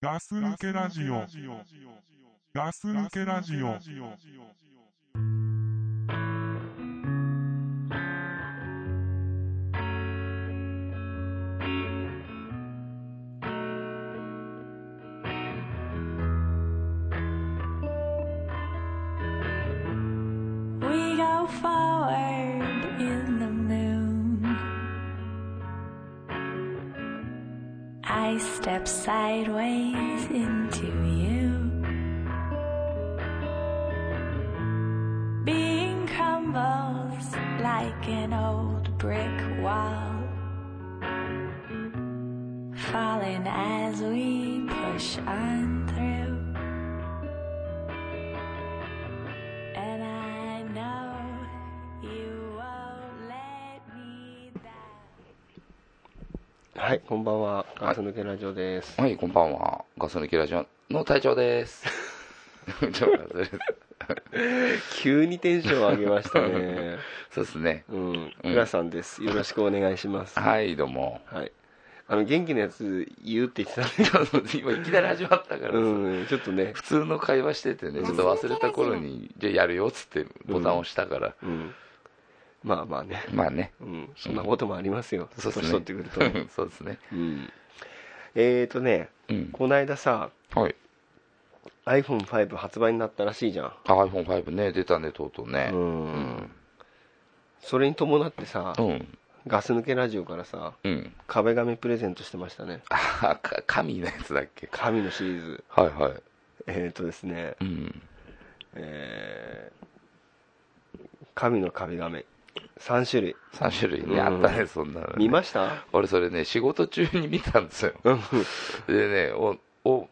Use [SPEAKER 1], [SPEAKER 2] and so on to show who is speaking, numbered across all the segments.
[SPEAKER 1] ガス抜けラジオ。ガス抜けラジオ。
[SPEAKER 2] We go forward in the moon. I step sideways into you. Being crumbles like an old brick wall. Falling as we push on through. And I know you won't let me down.
[SPEAKER 3] はい、こんばんは。ガス抜けラジオです。
[SPEAKER 4] はい、こんばんは。ガス抜きラジオの隊長です。 ちょっと忘れて
[SPEAKER 3] 急にテンション上げました ね。
[SPEAKER 4] そうですね。
[SPEAKER 3] うん。
[SPEAKER 4] うん
[SPEAKER 3] 浦さんです。よろしくお願いします。は
[SPEAKER 4] はい、ど うも。
[SPEAKER 3] い。あの、元気なやつ言うって言ってたんで
[SPEAKER 4] そうそう今いきなり始まったからさ、
[SPEAKER 3] うん、ちょっとね
[SPEAKER 4] 普。通の会話しててね、ちょっと忘れた頃に、じゃあやるよっつってボタン押したから、
[SPEAKER 3] うん。まあまあね。
[SPEAKER 4] まあね。
[SPEAKER 3] うん。そんなこともありますよ。
[SPEAKER 4] そうです
[SPEAKER 3] 年
[SPEAKER 4] ね
[SPEAKER 3] 取ってくるとね。。
[SPEAKER 4] そうですね。
[SPEAKER 3] うん。えーとね、
[SPEAKER 4] うん。
[SPEAKER 3] こないださ、
[SPEAKER 4] はい。
[SPEAKER 3] iPhone5 発売になったらしいじゃん。
[SPEAKER 4] あ iPhone5 ね、出たね、とうとうね。
[SPEAKER 3] う
[SPEAKER 4] うんん。。
[SPEAKER 3] それに伴ってさ
[SPEAKER 4] う、ん。
[SPEAKER 3] ガス抜けラジオからさ、
[SPEAKER 4] うん。
[SPEAKER 3] 壁紙プレゼントしてましたね。
[SPEAKER 4] あ、か神のやつだっけ
[SPEAKER 3] 神のシリーズ。
[SPEAKER 4] はいはい。
[SPEAKER 3] えっ、ー、とですね、
[SPEAKER 4] うん。
[SPEAKER 3] えー、神の壁紙3種類
[SPEAKER 4] 3種類
[SPEAKER 3] う
[SPEAKER 4] ね、
[SPEAKER 3] ん
[SPEAKER 4] あったね、そんなの、ね。
[SPEAKER 3] 見ました
[SPEAKER 4] 俺それね仕事中に見たんですよ
[SPEAKER 3] うん
[SPEAKER 4] でねおお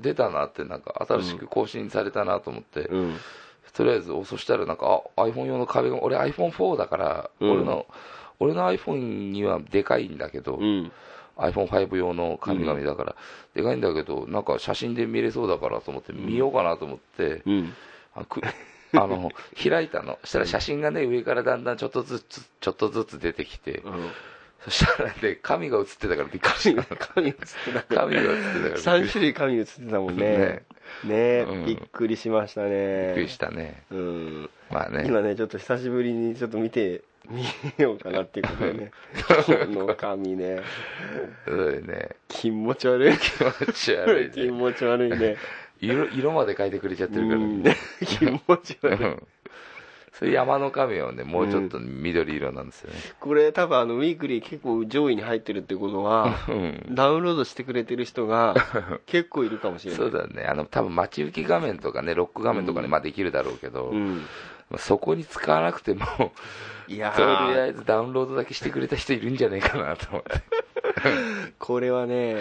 [SPEAKER 4] 出たなってなんか新しく更新されたなと思って、
[SPEAKER 3] うん
[SPEAKER 4] とりあえずおそしたらなんかあ iPhone 用の壁紙俺 iPhone4 だから、
[SPEAKER 3] うん
[SPEAKER 4] 俺の俺の iPhone にはでかいんだけど、
[SPEAKER 3] うん
[SPEAKER 4] iPhone5 用の壁紙だから、でかいんだけどなんか写真で見れそうだからと思って見ようかなと思って、
[SPEAKER 3] うん
[SPEAKER 4] あく あの開いたのしたら写真がね上からだんだんちょっとずつちょっとずつ出てきて、そしたらね紙が写ってたからびっくりした
[SPEAKER 3] 神映ってた
[SPEAKER 4] 神が映ってたからび
[SPEAKER 3] 3
[SPEAKER 4] っくり
[SPEAKER 3] 種類神映ってたもんね
[SPEAKER 4] ね
[SPEAKER 3] ね
[SPEAKER 4] うん
[SPEAKER 3] びっくりしましたね
[SPEAKER 4] びっくりしたね。
[SPEAKER 3] うん
[SPEAKER 4] まあね。
[SPEAKER 3] 今ねちょっと久しぶりにちょっと見てみようかなっていうことで ねこの神ね
[SPEAKER 4] そうだよ ね。
[SPEAKER 3] 気持ち悪い
[SPEAKER 4] 気持ち悪い
[SPEAKER 3] 気
[SPEAKER 4] ね。
[SPEAKER 3] 持ち悪いね
[SPEAKER 4] 色、色まで変えてくれちゃってるか
[SPEAKER 3] う
[SPEAKER 4] ら
[SPEAKER 3] ん
[SPEAKER 4] ね。
[SPEAKER 3] 気持ち
[SPEAKER 4] う
[SPEAKER 3] 悪い
[SPEAKER 4] ん。それ山の神はね、もうちょっと緑色なんですよね。
[SPEAKER 3] これ多分あのウィークリー結構上位に入ってるってこと は
[SPEAKER 4] うん。
[SPEAKER 3] ダウンロードしてくれてる人 が結構いるかもしれない
[SPEAKER 4] そうだね。あの、多分待ち受け画面とかね、ロック画面とか
[SPEAKER 3] う
[SPEAKER 4] ね、
[SPEAKER 3] ん
[SPEAKER 4] まあできるだろうけど
[SPEAKER 3] う、ん、
[SPEAKER 4] まあそこに使わなくても、と
[SPEAKER 3] いや
[SPEAKER 4] りあ
[SPEAKER 3] ー
[SPEAKER 4] えずダウンロードだけしてくれた人いるんじゃないかなと思って。
[SPEAKER 3] これはね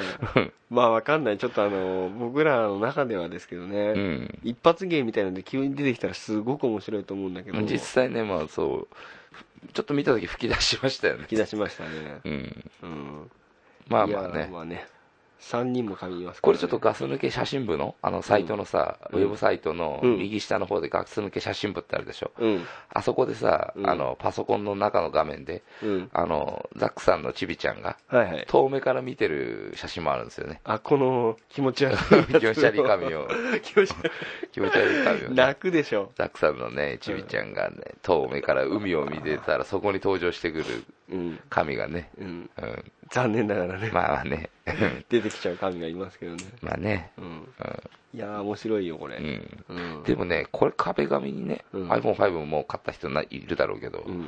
[SPEAKER 3] まあわかんないちょっとあの僕らの中ではですけどね、
[SPEAKER 4] うん。
[SPEAKER 3] 一発芸みたいなので急に出てきたらすごく面白いと思うんだけど吹
[SPEAKER 4] 実際ね、まあそう、ちょっと見た時吹き出しましたよね。
[SPEAKER 3] き出しましたね
[SPEAKER 4] うん。
[SPEAKER 3] うん
[SPEAKER 4] まあまあ
[SPEAKER 3] いや
[SPEAKER 4] ね
[SPEAKER 3] ー。まあね3人も神いますか
[SPEAKER 4] こ
[SPEAKER 3] ら、
[SPEAKER 4] れ
[SPEAKER 3] ね、
[SPEAKER 4] ちょっとガス抜け写真部のあのサイトのさ、
[SPEAKER 3] うん
[SPEAKER 4] ウェブサイトの
[SPEAKER 3] うん
[SPEAKER 4] 右下の方でガス抜け写真部ってあるでしょ、
[SPEAKER 3] うん
[SPEAKER 4] あそこでさ、
[SPEAKER 3] うん
[SPEAKER 4] あのパソコンの中の画面で
[SPEAKER 3] うん
[SPEAKER 4] あのザックさんのちびちゃんが
[SPEAKER 3] はいはい
[SPEAKER 4] 遠目から見てる写真もあるんですよ ね
[SPEAKER 3] あこの気持ち悪い
[SPEAKER 4] 気持ち悪い髪を
[SPEAKER 3] 気持ち悪
[SPEAKER 4] 気持ち悪い髪を
[SPEAKER 3] い
[SPEAKER 4] ね
[SPEAKER 3] 楽でしょ
[SPEAKER 4] ザックさんのねちびちゃんがね遠目から海を見てたらそこに登場してくる
[SPEAKER 3] うん
[SPEAKER 4] 髪がね、
[SPEAKER 3] うん
[SPEAKER 4] うん、
[SPEAKER 3] 残念ながらね、
[SPEAKER 4] まあまあね
[SPEAKER 3] 出てきちゃう神がいますけどね、
[SPEAKER 4] まあね、
[SPEAKER 3] うん、
[SPEAKER 4] う
[SPEAKER 3] いやー面白いよこれ
[SPEAKER 4] んうん、
[SPEAKER 3] うん
[SPEAKER 4] でもねこれ壁紙にね、
[SPEAKER 3] うん
[SPEAKER 4] iPhone5 も買った人ないるだろうけど、
[SPEAKER 3] うん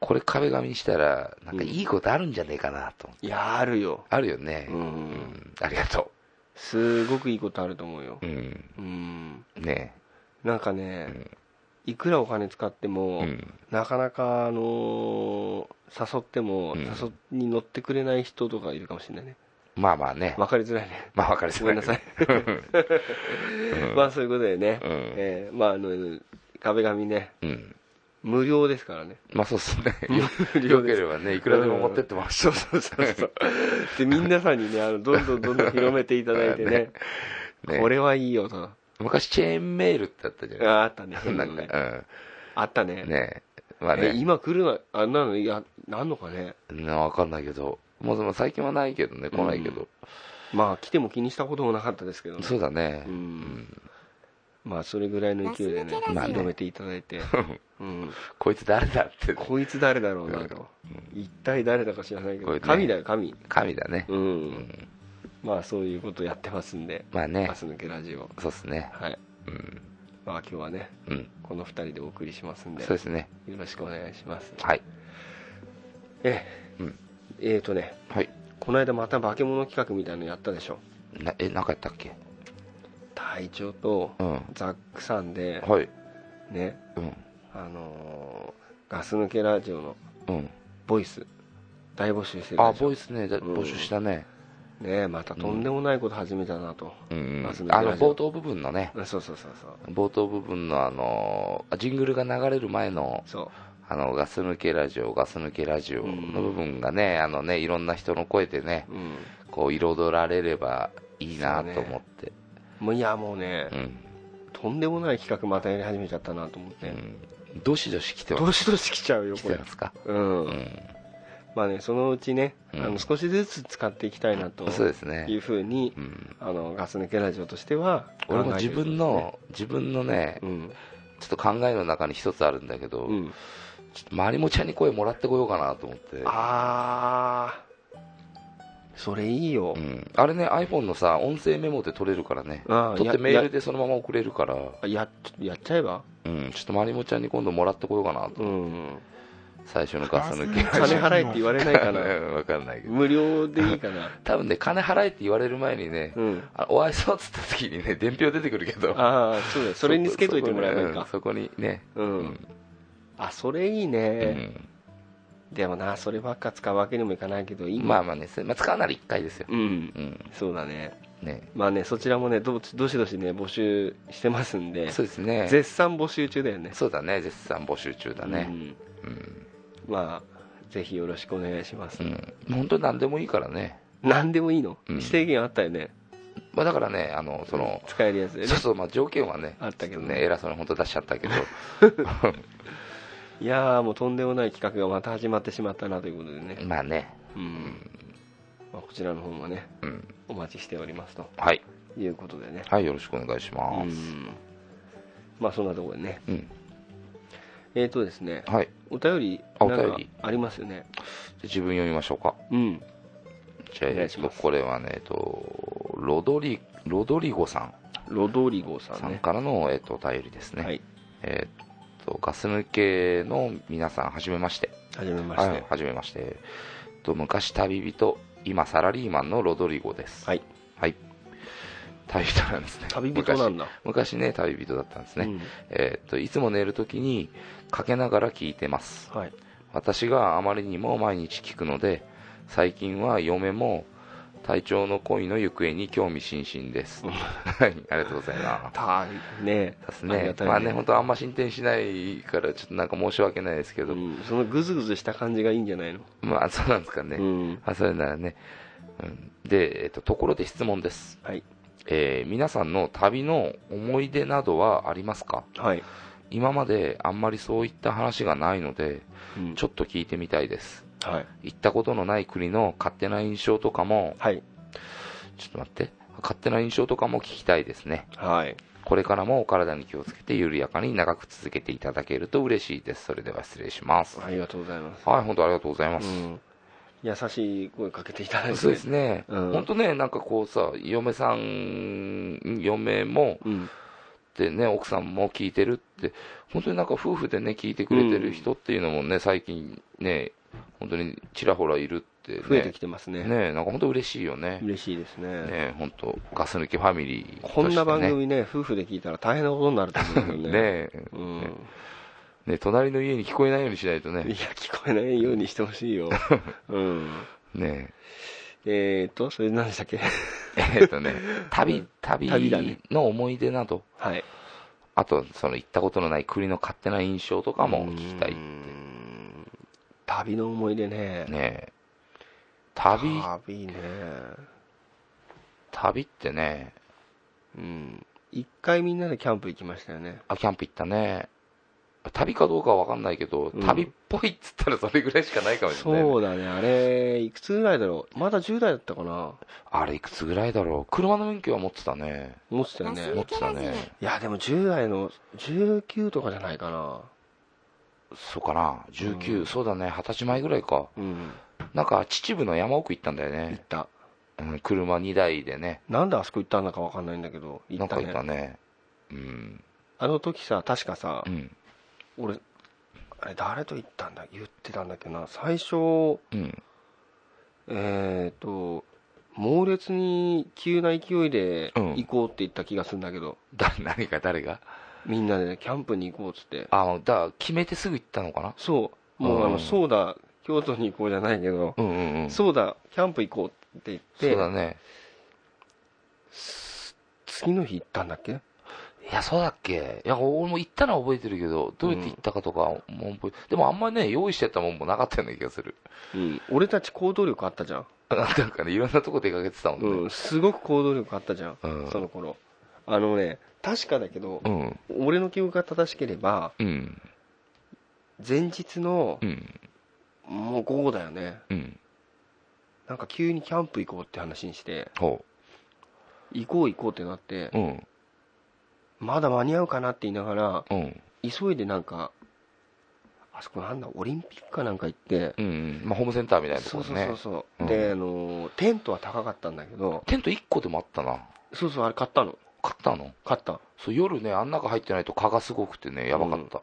[SPEAKER 4] これ壁紙にしたらなんかいいことあるんじゃねえかなと、
[SPEAKER 3] いやーあるよ
[SPEAKER 4] あるよね、
[SPEAKER 3] うん
[SPEAKER 4] んありがと
[SPEAKER 3] すごくいいことあると思うよ
[SPEAKER 4] ううん
[SPEAKER 3] うん
[SPEAKER 4] ね
[SPEAKER 3] なんかね、いくらお金使って
[SPEAKER 4] え
[SPEAKER 3] も、
[SPEAKER 4] うん
[SPEAKER 3] なかなかあのー誘っても、
[SPEAKER 4] うん
[SPEAKER 3] 誘いに乗ってくれない人とかいるかもしれないね
[SPEAKER 4] まあまあね
[SPEAKER 3] わかりづらいね
[SPEAKER 4] まあわかり
[SPEAKER 3] ご
[SPEAKER 4] づら
[SPEAKER 3] め
[SPEAKER 4] い
[SPEAKER 3] んなさい、
[SPEAKER 4] う ん
[SPEAKER 3] まあそういうことでね、
[SPEAKER 4] うん
[SPEAKER 3] えーまああの壁紙ね
[SPEAKER 4] うん
[SPEAKER 3] 無料ですからね
[SPEAKER 4] まあそうっすね
[SPEAKER 3] 無
[SPEAKER 4] よ
[SPEAKER 3] 料
[SPEAKER 4] よ
[SPEAKER 3] で
[SPEAKER 4] け
[SPEAKER 3] す
[SPEAKER 4] ればねいくらでも持ってってますそうそうそう
[SPEAKER 3] で皆さんにねあのどんどん どんどん広めていただいてね
[SPEAKER 4] ね
[SPEAKER 3] これはいいよと
[SPEAKER 4] 昔チェーンメールってあったじゃない
[SPEAKER 3] ああったねそんな
[SPEAKER 4] な
[SPEAKER 3] の
[SPEAKER 4] ん
[SPEAKER 3] ね
[SPEAKER 4] か、
[SPEAKER 3] あった
[SPEAKER 4] う
[SPEAKER 3] ね
[SPEAKER 4] ん、ねえまあ
[SPEAKER 3] え
[SPEAKER 4] ね
[SPEAKER 3] 今来るのあんなのいやなんのかね
[SPEAKER 4] なわかんないけどもうでも最近はないけどね来ないけど、
[SPEAKER 3] まあ来ても気にしたこともなかったですけどね
[SPEAKER 4] そうだね
[SPEAKER 3] う。
[SPEAKER 4] うんん
[SPEAKER 3] まあそれぐらいの勢いでね
[SPEAKER 4] まあね
[SPEAKER 3] 認めていただいて、うん、
[SPEAKER 4] こいつ誰だって。
[SPEAKER 3] こいつ誰だろうなと、一体誰だか知らないけ
[SPEAKER 4] こ
[SPEAKER 3] ど、
[SPEAKER 4] れね
[SPEAKER 3] 神だよ神
[SPEAKER 4] 神だね。
[SPEAKER 3] うん、
[SPEAKER 4] うん
[SPEAKER 3] まあそういうことやってますんで
[SPEAKER 4] ま
[SPEAKER 3] 「
[SPEAKER 4] あね
[SPEAKER 3] ガ。ス抜けラジオ
[SPEAKER 4] そうっす」ね。
[SPEAKER 3] はい
[SPEAKER 4] うん。
[SPEAKER 3] まあ今日はね
[SPEAKER 4] うん。
[SPEAKER 3] この2人でお送りしますんで
[SPEAKER 4] そうですね。
[SPEAKER 3] よろしくお願いします
[SPEAKER 4] はい。
[SPEAKER 3] ええ
[SPEAKER 4] うん
[SPEAKER 3] えーとね
[SPEAKER 4] はい。
[SPEAKER 3] この間また化け物企画みたいなのやったでしょ
[SPEAKER 4] なえ、なんかやったっけ
[SPEAKER 3] 隊長と
[SPEAKER 4] うん。
[SPEAKER 3] ザックさんで
[SPEAKER 4] はい。
[SPEAKER 3] ね
[SPEAKER 4] うん。
[SPEAKER 3] あのーガス抜けラジオの
[SPEAKER 4] うん。
[SPEAKER 3] ボイス大募集してる
[SPEAKER 4] あ、
[SPEAKER 3] でしょ
[SPEAKER 4] ボイスね、だ
[SPEAKER 3] うん
[SPEAKER 4] 募集したね。
[SPEAKER 3] ねえまたとんでもないこと始めたなと、
[SPEAKER 4] うん
[SPEAKER 3] ガス抜。けラ
[SPEAKER 4] あ
[SPEAKER 3] ジオ
[SPEAKER 4] の、冒頭部分のね、
[SPEAKER 3] あそうそうそうそう
[SPEAKER 4] 冒頭部分のあの、あジングルが流れる前の、
[SPEAKER 3] そう
[SPEAKER 4] あの、ガス抜けラジオ、ガス抜けラジオの部分がね、あのね、いろんな人の声でね、
[SPEAKER 3] うん
[SPEAKER 4] こう、彩られればいいなと思って。
[SPEAKER 3] もういやもうね、
[SPEAKER 4] うん。
[SPEAKER 3] とんでもない企画またやり始めちゃったなと思って、
[SPEAKER 4] うん。どしどし来てま
[SPEAKER 3] ど
[SPEAKER 4] す。
[SPEAKER 3] しどし来ちゃうよ
[SPEAKER 4] 来
[SPEAKER 3] こ
[SPEAKER 4] て
[SPEAKER 3] れ
[SPEAKER 4] ますか。
[SPEAKER 3] うん、
[SPEAKER 4] うん。
[SPEAKER 3] まあねそのうちね、
[SPEAKER 4] うん
[SPEAKER 3] あの少しずつ使っていきたいなと
[SPEAKER 4] そうですね。
[SPEAKER 3] いうふうに、
[SPEAKER 4] うん。
[SPEAKER 3] あのガス抜けラジオとしては
[SPEAKER 4] 俺も
[SPEAKER 3] 考えて
[SPEAKER 4] 自
[SPEAKER 3] る
[SPEAKER 4] 分の、自分のね
[SPEAKER 3] う、ん
[SPEAKER 4] ちょっと考えの中に一つあるんだけど、
[SPEAKER 3] うん
[SPEAKER 4] ちょっとマリモちゃんに声もらってこようかなと思って。
[SPEAKER 3] ああそれいいよ、
[SPEAKER 4] うん、あれね、iPhone のさ、音声メモで取れるからね、
[SPEAKER 3] ああ
[SPEAKER 4] 取っ
[SPEAKER 3] や
[SPEAKER 4] てメールでそのまま送れるから、
[SPEAKER 3] やっやっちゃえば
[SPEAKER 4] うん、ちょっとまりもちゃんに今度もらってこようかなと、
[SPEAKER 3] うん
[SPEAKER 4] 最初のガス抜け
[SPEAKER 3] 金
[SPEAKER 1] ガス抜
[SPEAKER 3] 払えって言われないかな
[SPEAKER 4] うんわかんないけど、
[SPEAKER 3] 無料でいいかな
[SPEAKER 4] 多分ね、金払えって言われる前にね、
[SPEAKER 3] うん
[SPEAKER 4] あお会いそうっつった時にね、 伝票出てくるけど、
[SPEAKER 3] ああそうだよそれにつけといてもらえばいい
[SPEAKER 4] うん
[SPEAKER 3] か
[SPEAKER 4] そこにね、
[SPEAKER 3] う、
[SPEAKER 4] うん
[SPEAKER 3] あそれいいね、
[SPEAKER 4] ん
[SPEAKER 3] でもなそればっか使うわけにもいかないけどいい
[SPEAKER 4] まあまあね、せまあ、使うなら1回ですよ、
[SPEAKER 3] うん
[SPEAKER 4] うん、
[SPEAKER 3] そうだね
[SPEAKER 4] ね、
[SPEAKER 3] まあねそちらもねどどしどしね募集してますんで
[SPEAKER 4] そうですね、
[SPEAKER 3] 絶賛募集中だよね
[SPEAKER 4] そうだね、絶賛募集中だね、うん、
[SPEAKER 3] うんまあぜひよろしくお願いします、
[SPEAKER 4] うん、本当に何でもいいからね、
[SPEAKER 3] 何でもいいの、
[SPEAKER 4] うん
[SPEAKER 3] 指定権あったよね
[SPEAKER 4] まあ、だからね、あのその、
[SPEAKER 3] 使えるやつでね
[SPEAKER 4] そうそう、まあ、条件はね、
[SPEAKER 3] あったけど
[SPEAKER 4] ち
[SPEAKER 3] ね
[SPEAKER 4] ょっとね、偉そうに本当出しちゃったけど、
[SPEAKER 3] いやーもうとんでもない企画がまた始まってしまったなということでね、
[SPEAKER 4] まあね、
[SPEAKER 3] うんまあ、こちらの方もね
[SPEAKER 4] うん、
[SPEAKER 3] お待ちしておりますと
[SPEAKER 4] はい、
[SPEAKER 3] いうことでね、
[SPEAKER 4] はい、よろしくお願いしま
[SPEAKER 3] う
[SPEAKER 4] す。
[SPEAKER 3] んまあそんなところでね
[SPEAKER 4] うん、
[SPEAKER 3] えーとですね
[SPEAKER 4] はい、
[SPEAKER 3] お便り
[SPEAKER 4] あ
[SPEAKER 3] なん
[SPEAKER 4] お
[SPEAKER 3] か
[SPEAKER 4] 便り
[SPEAKER 3] ありますよね
[SPEAKER 4] じゃあ自分読みましょうか。
[SPEAKER 3] うん
[SPEAKER 4] じゃあ、
[SPEAKER 3] お願
[SPEAKER 4] え
[SPEAKER 3] い
[SPEAKER 4] っ
[SPEAKER 3] し
[SPEAKER 4] と、
[SPEAKER 3] ます
[SPEAKER 4] これはね、えっと、ロドリ、ロドリゴさん、
[SPEAKER 3] ロドリゴさ
[SPEAKER 4] さ
[SPEAKER 3] ん
[SPEAKER 4] ん
[SPEAKER 3] ね
[SPEAKER 4] からの、えっと、お便りですね。
[SPEAKER 3] はい
[SPEAKER 4] えっと、ガス抜けの皆さん、はじめまして。
[SPEAKER 3] はじめまして
[SPEAKER 4] はい、はじめまして。えっと昔旅人、今サラリーマンのロドリゴです。
[SPEAKER 3] はい。
[SPEAKER 4] はい。旅人なんですね。
[SPEAKER 3] 旅人なんだ
[SPEAKER 4] 昔昔ね、旅人だったんですね。
[SPEAKER 3] うん
[SPEAKER 4] えーっといつも寝るときにかけながら聞いてます
[SPEAKER 3] はい
[SPEAKER 4] 私があまりにも毎日聞くので最近は嫁も隊長の恋の行方に興味津々です、はいありがとうございます
[SPEAKER 3] たね
[SPEAKER 4] です
[SPEAKER 3] あり
[SPEAKER 4] ね
[SPEAKER 3] がたい
[SPEAKER 4] まあね本当あんま進展しないからちょっとなんか申し訳ないですけど、
[SPEAKER 3] うんそのグズグズした感じがいいんじゃないの
[SPEAKER 4] まあそうなんですかね、
[SPEAKER 3] うん
[SPEAKER 4] あそれならね、うん、で、えーっとところで質問です、
[SPEAKER 3] はい
[SPEAKER 4] えー皆さんの旅の思い出などはありますか
[SPEAKER 3] はい
[SPEAKER 4] 今まであんまりそういった話がないので
[SPEAKER 3] うん
[SPEAKER 4] ちょっと聞いてみたいです。
[SPEAKER 3] はい
[SPEAKER 4] 行ったことのない国の勝手な印象とかも、
[SPEAKER 3] はい
[SPEAKER 4] ちょっと待って、勝手な印象とかも聞きたいですね。
[SPEAKER 3] はい
[SPEAKER 4] これからもお体に気をつけて緩やかに長く続けていただけると嬉しいです。それでは失礼します。
[SPEAKER 3] ありがとうございます
[SPEAKER 4] はい、本当ありがとうございま
[SPEAKER 3] う
[SPEAKER 4] す。
[SPEAKER 3] ん優しい声かけていただいて
[SPEAKER 4] そうですね。
[SPEAKER 3] うん
[SPEAKER 4] 本当ね、なんかこうさ、嫁さん、嫁も、
[SPEAKER 3] うん
[SPEAKER 4] でね、奥さんも聞いてるって、本当になんか夫婦でね、聞いてくれてる人っていうのもね、最近ね、本当にちらほらいるって、ね、
[SPEAKER 3] 増えてきてますね
[SPEAKER 4] ねえ、なんか本当嬉しいよね。ね
[SPEAKER 3] 嬉しいですね
[SPEAKER 4] え、本当ガス抜きファミリーとして、ね。
[SPEAKER 3] こんな番組ね夫婦で聞いたら大変なことになると思うんだよね
[SPEAKER 4] ねえ、
[SPEAKER 3] うん
[SPEAKER 4] ねえ隣の家に聞こえないようにしないと
[SPEAKER 3] いや
[SPEAKER 4] ね。
[SPEAKER 3] 聞こえないようにしてほしいようん
[SPEAKER 4] ね
[SPEAKER 3] えーとそれ何でしたっけ
[SPEAKER 4] え、えっとね、旅、旅
[SPEAKER 3] 旅だね
[SPEAKER 4] の思い出など、
[SPEAKER 3] はい
[SPEAKER 4] あと、その行ったことのない国の勝手な印象とかも聞きたい。
[SPEAKER 3] うー
[SPEAKER 4] ね
[SPEAKER 3] ん旅の思い出ね
[SPEAKER 4] え、旅、
[SPEAKER 3] 旅ね
[SPEAKER 4] 旅ってね、
[SPEAKER 3] うん一回みんなでキャンプ行きましたよね
[SPEAKER 4] あ、キャンプ行ったね。旅かどうかは分かんないけど、
[SPEAKER 3] うん
[SPEAKER 4] 旅っぽいっつったら それぐらいしかないかもしれないね、
[SPEAKER 3] そうだね、あれ、いくつぐらいだろう。まだ10代だったかな。
[SPEAKER 4] あれいくつぐらいだろう車の免許は持ってたね
[SPEAKER 3] 思ってたよ
[SPEAKER 4] 持
[SPEAKER 3] ね
[SPEAKER 4] っ。てたね
[SPEAKER 3] いや、でも10代の19とかじゃないかな。
[SPEAKER 4] そうかな19、
[SPEAKER 3] うん
[SPEAKER 4] そうだね二十歳前ぐらいか
[SPEAKER 3] うん、
[SPEAKER 4] なんか秩父の山奥行ったんだよ
[SPEAKER 3] 行っ
[SPEAKER 4] ね、
[SPEAKER 3] た。
[SPEAKER 4] うん、車2台でね
[SPEAKER 3] なんであそこ行ったんだかわかんないんだけど、行
[SPEAKER 4] な
[SPEAKER 3] っ
[SPEAKER 4] んか
[SPEAKER 3] た
[SPEAKER 4] 行
[SPEAKER 3] ね。
[SPEAKER 4] ったねうん、
[SPEAKER 3] あの時さ、確かさ
[SPEAKER 4] う、ん
[SPEAKER 3] 俺、あれ、誰と行ったんだ言ってたんだっけな。最初、
[SPEAKER 4] うん、
[SPEAKER 3] えっ、と、猛烈に急な勢いで
[SPEAKER 4] うん
[SPEAKER 3] 行こうって言った気がするんだけど、
[SPEAKER 4] だ 誰が誰が
[SPEAKER 3] みんなで、ね、キャンプに行こうっつって。
[SPEAKER 4] あのだから決めてすぐ行ったのかな
[SPEAKER 3] そう、もうあ
[SPEAKER 4] う
[SPEAKER 3] の、
[SPEAKER 4] ん
[SPEAKER 3] そうだ、京都に行こうじゃないけど、
[SPEAKER 4] うんうんうん
[SPEAKER 3] そうだ、キャンプ行こうって言っ
[SPEAKER 4] そうだ
[SPEAKER 3] て、
[SPEAKER 4] ね
[SPEAKER 3] 次の日行ったんだっけ
[SPEAKER 4] いやそうだっけいや俺も行ったのは覚えてるけどどうやって行ったかとかもう覚えでもあんまりね用意してたもんもなかったような気がする
[SPEAKER 3] うん、俺たち行動力あったじゃん、
[SPEAKER 4] なんかねいろんなとこ出かけてたもんね
[SPEAKER 3] うん、すごく行動力あったじゃん、
[SPEAKER 4] うん
[SPEAKER 3] その頃あのね確かだけど
[SPEAKER 4] う、ん
[SPEAKER 3] 俺の記憶が正しければ
[SPEAKER 4] うん
[SPEAKER 3] 前日の
[SPEAKER 4] う、ん
[SPEAKER 3] もう午後だよね
[SPEAKER 4] うん
[SPEAKER 3] なんか急にキャンプ行こうって話にして
[SPEAKER 4] ほ
[SPEAKER 3] 行こう行こうってなって
[SPEAKER 4] ううん
[SPEAKER 3] まだ間に合うかなって言いながら
[SPEAKER 4] うん
[SPEAKER 3] 急いでなんかあそこなんだオリンピックかなんか行って
[SPEAKER 4] うんうんまあホームセンターみたいなとこ
[SPEAKER 3] そう
[SPEAKER 4] ろね
[SPEAKER 3] そうそうそう、
[SPEAKER 4] うん
[SPEAKER 3] であのテントは高かったんだけど
[SPEAKER 4] テント1個でもあったな
[SPEAKER 3] そうそうあれ買ったの
[SPEAKER 4] 買ったの
[SPEAKER 3] 買った
[SPEAKER 4] そう夜ねあん中入ってないと蚊がすごくてねやばかった、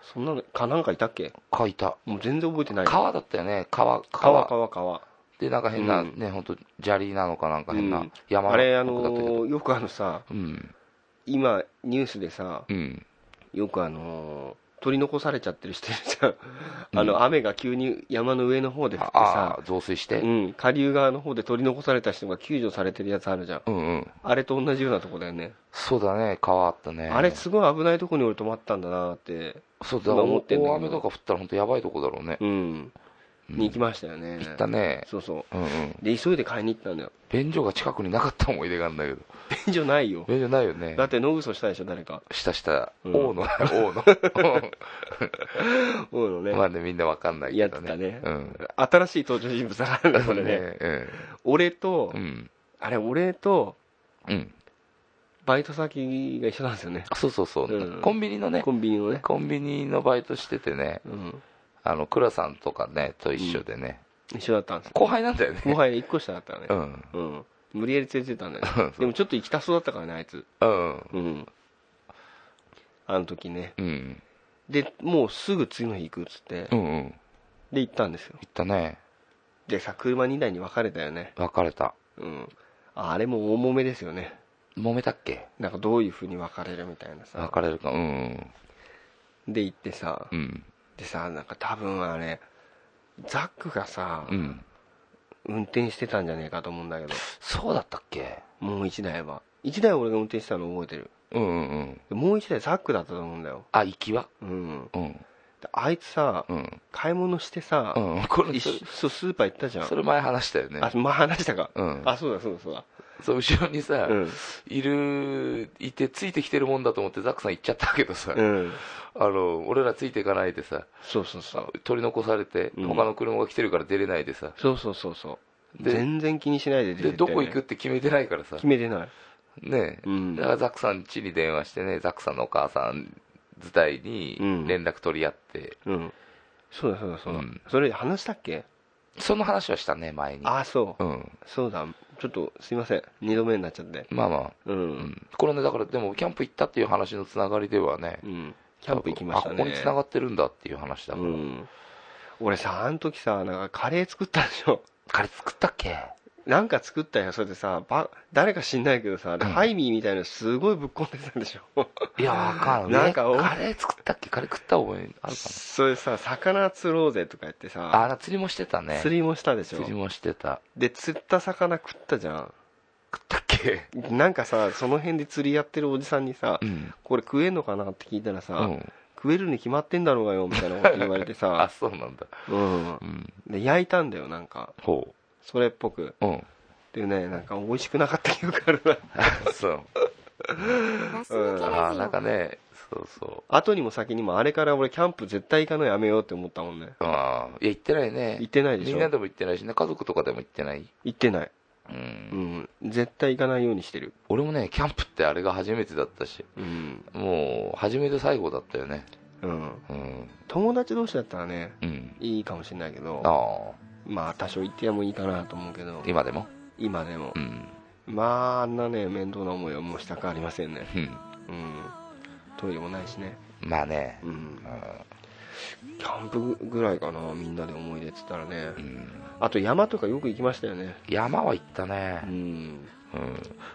[SPEAKER 3] そんなの蚊なんかいたっけ
[SPEAKER 4] 蚊いた
[SPEAKER 3] もう全然覚えてない
[SPEAKER 4] 川だったよね川
[SPEAKER 3] 川川
[SPEAKER 4] 川
[SPEAKER 3] 川
[SPEAKER 4] でなんか変な、
[SPEAKER 3] うん
[SPEAKER 4] ね本当砂利なのかなんか変
[SPEAKER 3] う
[SPEAKER 4] なん山
[SPEAKER 3] あれあ
[SPEAKER 4] 奥だったけど
[SPEAKER 3] のーよくあのさ
[SPEAKER 4] うん
[SPEAKER 3] 今ニュースでさ
[SPEAKER 4] うん
[SPEAKER 3] よくあのー取り残されちゃってる人いるじゃんあ
[SPEAKER 4] う
[SPEAKER 3] の
[SPEAKER 4] ん
[SPEAKER 3] 雨が急に山の上の方で降って
[SPEAKER 4] あ
[SPEAKER 3] さ
[SPEAKER 4] あ増水して、
[SPEAKER 3] うん、下流側の方で取り残された人が救助されてるやつあるじゃん
[SPEAKER 4] うんうん
[SPEAKER 3] あれと同じようなとこだよね、
[SPEAKER 4] そうだね川あったね
[SPEAKER 3] あれすごい危ないとこに俺止まったんだなって
[SPEAKER 4] そうだから
[SPEAKER 3] 今思ってんだけど
[SPEAKER 4] 大雨とか降ったら本当やばいとこだろうね、
[SPEAKER 3] うん、
[SPEAKER 4] うん
[SPEAKER 3] に行きましたよね
[SPEAKER 4] 行ったね
[SPEAKER 3] そうそ
[SPEAKER 4] うんうん
[SPEAKER 3] うで急いで買いに行ったんだよ
[SPEAKER 4] 便所が近くになかった思い出があるんだけど
[SPEAKER 3] 便所ないよ
[SPEAKER 4] 便所ないよね
[SPEAKER 3] だってノグソしたでしょ誰か
[SPEAKER 4] 下下、
[SPEAKER 3] う
[SPEAKER 4] うん王 の王の
[SPEAKER 3] そうのね、
[SPEAKER 4] まあねみんなわかんない
[SPEAKER 3] や
[SPEAKER 4] け
[SPEAKER 3] って
[SPEAKER 4] どね
[SPEAKER 3] たね、
[SPEAKER 4] うん
[SPEAKER 3] 新しい登場人物だからねこれね俺と、
[SPEAKER 4] うんうん
[SPEAKER 3] あれ俺と
[SPEAKER 4] うん
[SPEAKER 3] バイト先が一緒なんですよね
[SPEAKER 4] あそうそうそう、
[SPEAKER 3] うん
[SPEAKER 4] コンビニのね
[SPEAKER 3] コンビニのね
[SPEAKER 4] コンビニのバイトしててね
[SPEAKER 3] うん
[SPEAKER 4] あの倉さんとかねと一緒でね、
[SPEAKER 3] 一緒だったんです
[SPEAKER 4] 後輩なんだよね
[SPEAKER 3] もはや一個下だったね
[SPEAKER 4] う、ん
[SPEAKER 3] うん、無理やり連れてったんだよね
[SPEAKER 4] そう
[SPEAKER 3] でもちょっと行きたそうだったからねあいつ
[SPEAKER 4] うん
[SPEAKER 3] うんあの時ね
[SPEAKER 4] うん
[SPEAKER 3] でもうすぐ次の日行くっつって、
[SPEAKER 4] うんうん
[SPEAKER 3] で行ったんですよ
[SPEAKER 4] 行ったね
[SPEAKER 3] でさ車2台に分かれたよね
[SPEAKER 4] 別れた
[SPEAKER 3] うんああれも大揉めですよね
[SPEAKER 4] 揉めたっけ
[SPEAKER 3] なんかどういうふうに分かれるみたいなさ
[SPEAKER 4] 別れるかうん
[SPEAKER 3] で行ってさ
[SPEAKER 4] うんうん
[SPEAKER 3] でさなんか多分あれザックがさ、
[SPEAKER 4] うん
[SPEAKER 3] 運転してたんじゃねえかと思うんだけど
[SPEAKER 4] そうだったっけ
[SPEAKER 3] もう1台は1台俺が運転してたの覚えてる
[SPEAKER 4] うんうんうん
[SPEAKER 3] でもう1台ザックだったと思うんだよ
[SPEAKER 4] あ行きは
[SPEAKER 3] うん
[SPEAKER 4] うん
[SPEAKER 3] であいつさ、
[SPEAKER 4] うん
[SPEAKER 3] 買い物してさ、
[SPEAKER 4] うんこれ
[SPEAKER 3] 一
[SPEAKER 4] それ
[SPEAKER 3] 緒そうスーパー行ったじゃん
[SPEAKER 4] それ前話したよね
[SPEAKER 3] あまあ話したか、
[SPEAKER 4] うん
[SPEAKER 3] あそうだそうだそうだ
[SPEAKER 4] そう後ろにさ、
[SPEAKER 3] うん
[SPEAKER 4] いるいてついてきてるもんだと思ってザックさん行っちゃったけどさ、
[SPEAKER 3] うん
[SPEAKER 4] あの俺らついていかないでさ
[SPEAKER 3] そうそうそう
[SPEAKER 4] 取り残されて、
[SPEAKER 3] うん
[SPEAKER 4] 他の車が来てるから出れないでさ
[SPEAKER 3] そうそうそうそう
[SPEAKER 4] で
[SPEAKER 3] 全然気にしないで出て
[SPEAKER 4] で
[SPEAKER 3] ったよね
[SPEAKER 4] どこ行くって決めてないからさ
[SPEAKER 3] 決めてない
[SPEAKER 4] ねえ、
[SPEAKER 3] うん
[SPEAKER 4] だからザックさん家に電話してねザックさんのお母さん自体に
[SPEAKER 3] うん
[SPEAKER 4] 連絡取り合って、
[SPEAKER 3] うんそうだそうだそうだ、
[SPEAKER 4] うん
[SPEAKER 3] それ話したっけ
[SPEAKER 4] その話はしたね前に
[SPEAKER 3] ああそう、
[SPEAKER 4] うん
[SPEAKER 3] そうだちょっとすいません2度目になっちゃって
[SPEAKER 4] まあまあ、
[SPEAKER 3] う
[SPEAKER 4] うんん、これねだからでもキャンプ行ったっていう話のつながりではね、
[SPEAKER 3] うんキャンプ行きましたね
[SPEAKER 4] あここに繋がってるんだっていう話だから、
[SPEAKER 3] うん、俺さあの時さなんかカレー作ったでしょ
[SPEAKER 4] カレー作ったっけ
[SPEAKER 3] なんか作ったよそれでさば誰か知んないけどさ、
[SPEAKER 4] ん
[SPEAKER 3] ハイミーみたいなのすごいぶっこんでたんでし ょ
[SPEAKER 4] いやわかんない
[SPEAKER 3] なんかお
[SPEAKER 4] カレー作ったっけカレー食った覚えあるか
[SPEAKER 3] それでさ魚釣ろうぜとか言って
[SPEAKER 4] なあ
[SPEAKER 3] さ
[SPEAKER 4] な釣りもしてたね
[SPEAKER 3] 釣りもしたでしょ
[SPEAKER 4] 釣りもしてた
[SPEAKER 3] で釣った魚食ったじゃ
[SPEAKER 4] 食ったっけ
[SPEAKER 3] んなんかさその辺で釣りやってるおじさんにさ、
[SPEAKER 4] うん
[SPEAKER 3] これ食えんのかなって聞いたらさ、
[SPEAKER 4] うん
[SPEAKER 3] 食えるに決まってんだろうがよみたいなこと言われて
[SPEAKER 4] あ
[SPEAKER 3] さ、
[SPEAKER 4] そうなんだ
[SPEAKER 3] うん
[SPEAKER 4] う、ん
[SPEAKER 3] で焼いたんだよなんか
[SPEAKER 4] ほ
[SPEAKER 3] それっぽく
[SPEAKER 4] ううん
[SPEAKER 3] でねなんか美味しくなかった記憶あるな
[SPEAKER 4] そう
[SPEAKER 5] ガス抜け
[SPEAKER 4] ああ
[SPEAKER 5] ラ
[SPEAKER 4] ー
[SPEAKER 5] ジ
[SPEAKER 4] なんか
[SPEAKER 5] オ
[SPEAKER 4] ねそう そ
[SPEAKER 3] 後にも先にもあれから俺キャンプ絶対行かないやめようって思ったもんね
[SPEAKER 4] うああいや行ってないね
[SPEAKER 3] 行ってないで
[SPEAKER 4] み
[SPEAKER 3] し
[SPEAKER 4] んな
[SPEAKER 3] ょ
[SPEAKER 4] でも行ってないしね家族とかでも行ってない
[SPEAKER 3] 行ってない
[SPEAKER 4] う
[SPEAKER 3] う
[SPEAKER 4] ん、
[SPEAKER 3] ん絶対行かないようにしてる
[SPEAKER 4] 俺もねキャンプってあれが初めてだったし
[SPEAKER 3] うん、
[SPEAKER 4] もう初めて最後だったよね
[SPEAKER 3] うん、
[SPEAKER 4] うん
[SPEAKER 3] 友達同士だったらね
[SPEAKER 4] うん
[SPEAKER 3] いいかもしれないけど
[SPEAKER 4] ああ
[SPEAKER 3] まあ多少行ってもいいかなと思うけど
[SPEAKER 4] 今でも
[SPEAKER 3] 今でも
[SPEAKER 4] うん
[SPEAKER 3] まああんなね面倒な思いはもうしたくありませんね
[SPEAKER 4] うん
[SPEAKER 3] うんトイレもないしね
[SPEAKER 4] まあね
[SPEAKER 3] うん
[SPEAKER 4] あ
[SPEAKER 3] キャンプぐらいかなみんなで思い出っつったらね
[SPEAKER 4] ーうん
[SPEAKER 3] あと山とかよく行きましたよね
[SPEAKER 4] 山は行った
[SPEAKER 3] う
[SPEAKER 4] ね、
[SPEAKER 3] ん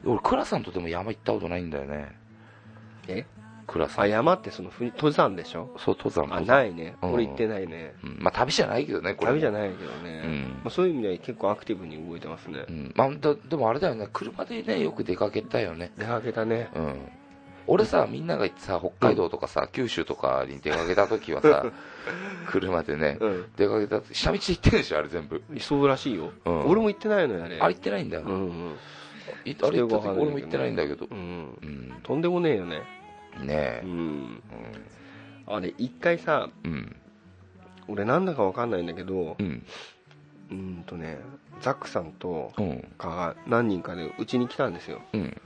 [SPEAKER 4] うん、俺倉さんとでも山行ったことないんだよね
[SPEAKER 3] え
[SPEAKER 4] 倉さ
[SPEAKER 3] あ
[SPEAKER 4] ん
[SPEAKER 3] 山ってそのふ登山でしょ
[SPEAKER 4] そう登山
[SPEAKER 3] あ
[SPEAKER 4] 登山
[SPEAKER 3] ないね
[SPEAKER 4] うん
[SPEAKER 3] 俺行ってないね
[SPEAKER 4] うんまあ旅じゃないけどねこれ
[SPEAKER 3] 旅じゃ
[SPEAKER 4] ない
[SPEAKER 3] ないけどね、
[SPEAKER 4] うん
[SPEAKER 3] まあ、そういう意味では結構アクティブに動いてますね
[SPEAKER 4] うんまあ、だでもあれだよね車でねよく出かけたよね
[SPEAKER 3] 出かけたね
[SPEAKER 4] うん俺さみんなが行ってさ北海道とかさ、九州とかに出かけた時 はさ車でね
[SPEAKER 3] うん
[SPEAKER 4] 出かけた下道で行ってるでしょあれ全部
[SPEAKER 3] そうらしいよ、
[SPEAKER 4] うん
[SPEAKER 3] 俺も行ってないのよあれ
[SPEAKER 4] あれ行ってないんだよ、
[SPEAKER 3] うんうん
[SPEAKER 4] いあれ行っ
[SPEAKER 3] ち
[SPEAKER 4] た時
[SPEAKER 3] ょっとよくわかんないけどね
[SPEAKER 4] 俺も行ってないんだけど
[SPEAKER 3] う、ん
[SPEAKER 4] うん、ね
[SPEAKER 3] とんでもねえよね
[SPEAKER 4] え
[SPEAKER 3] う、んあれ一回さ
[SPEAKER 4] うんうん
[SPEAKER 3] 俺なんだかわかんないんだけど
[SPEAKER 4] うん
[SPEAKER 3] うんとねザックさんと
[SPEAKER 4] うん
[SPEAKER 3] かが何人かでうちに来たんですよ
[SPEAKER 4] うん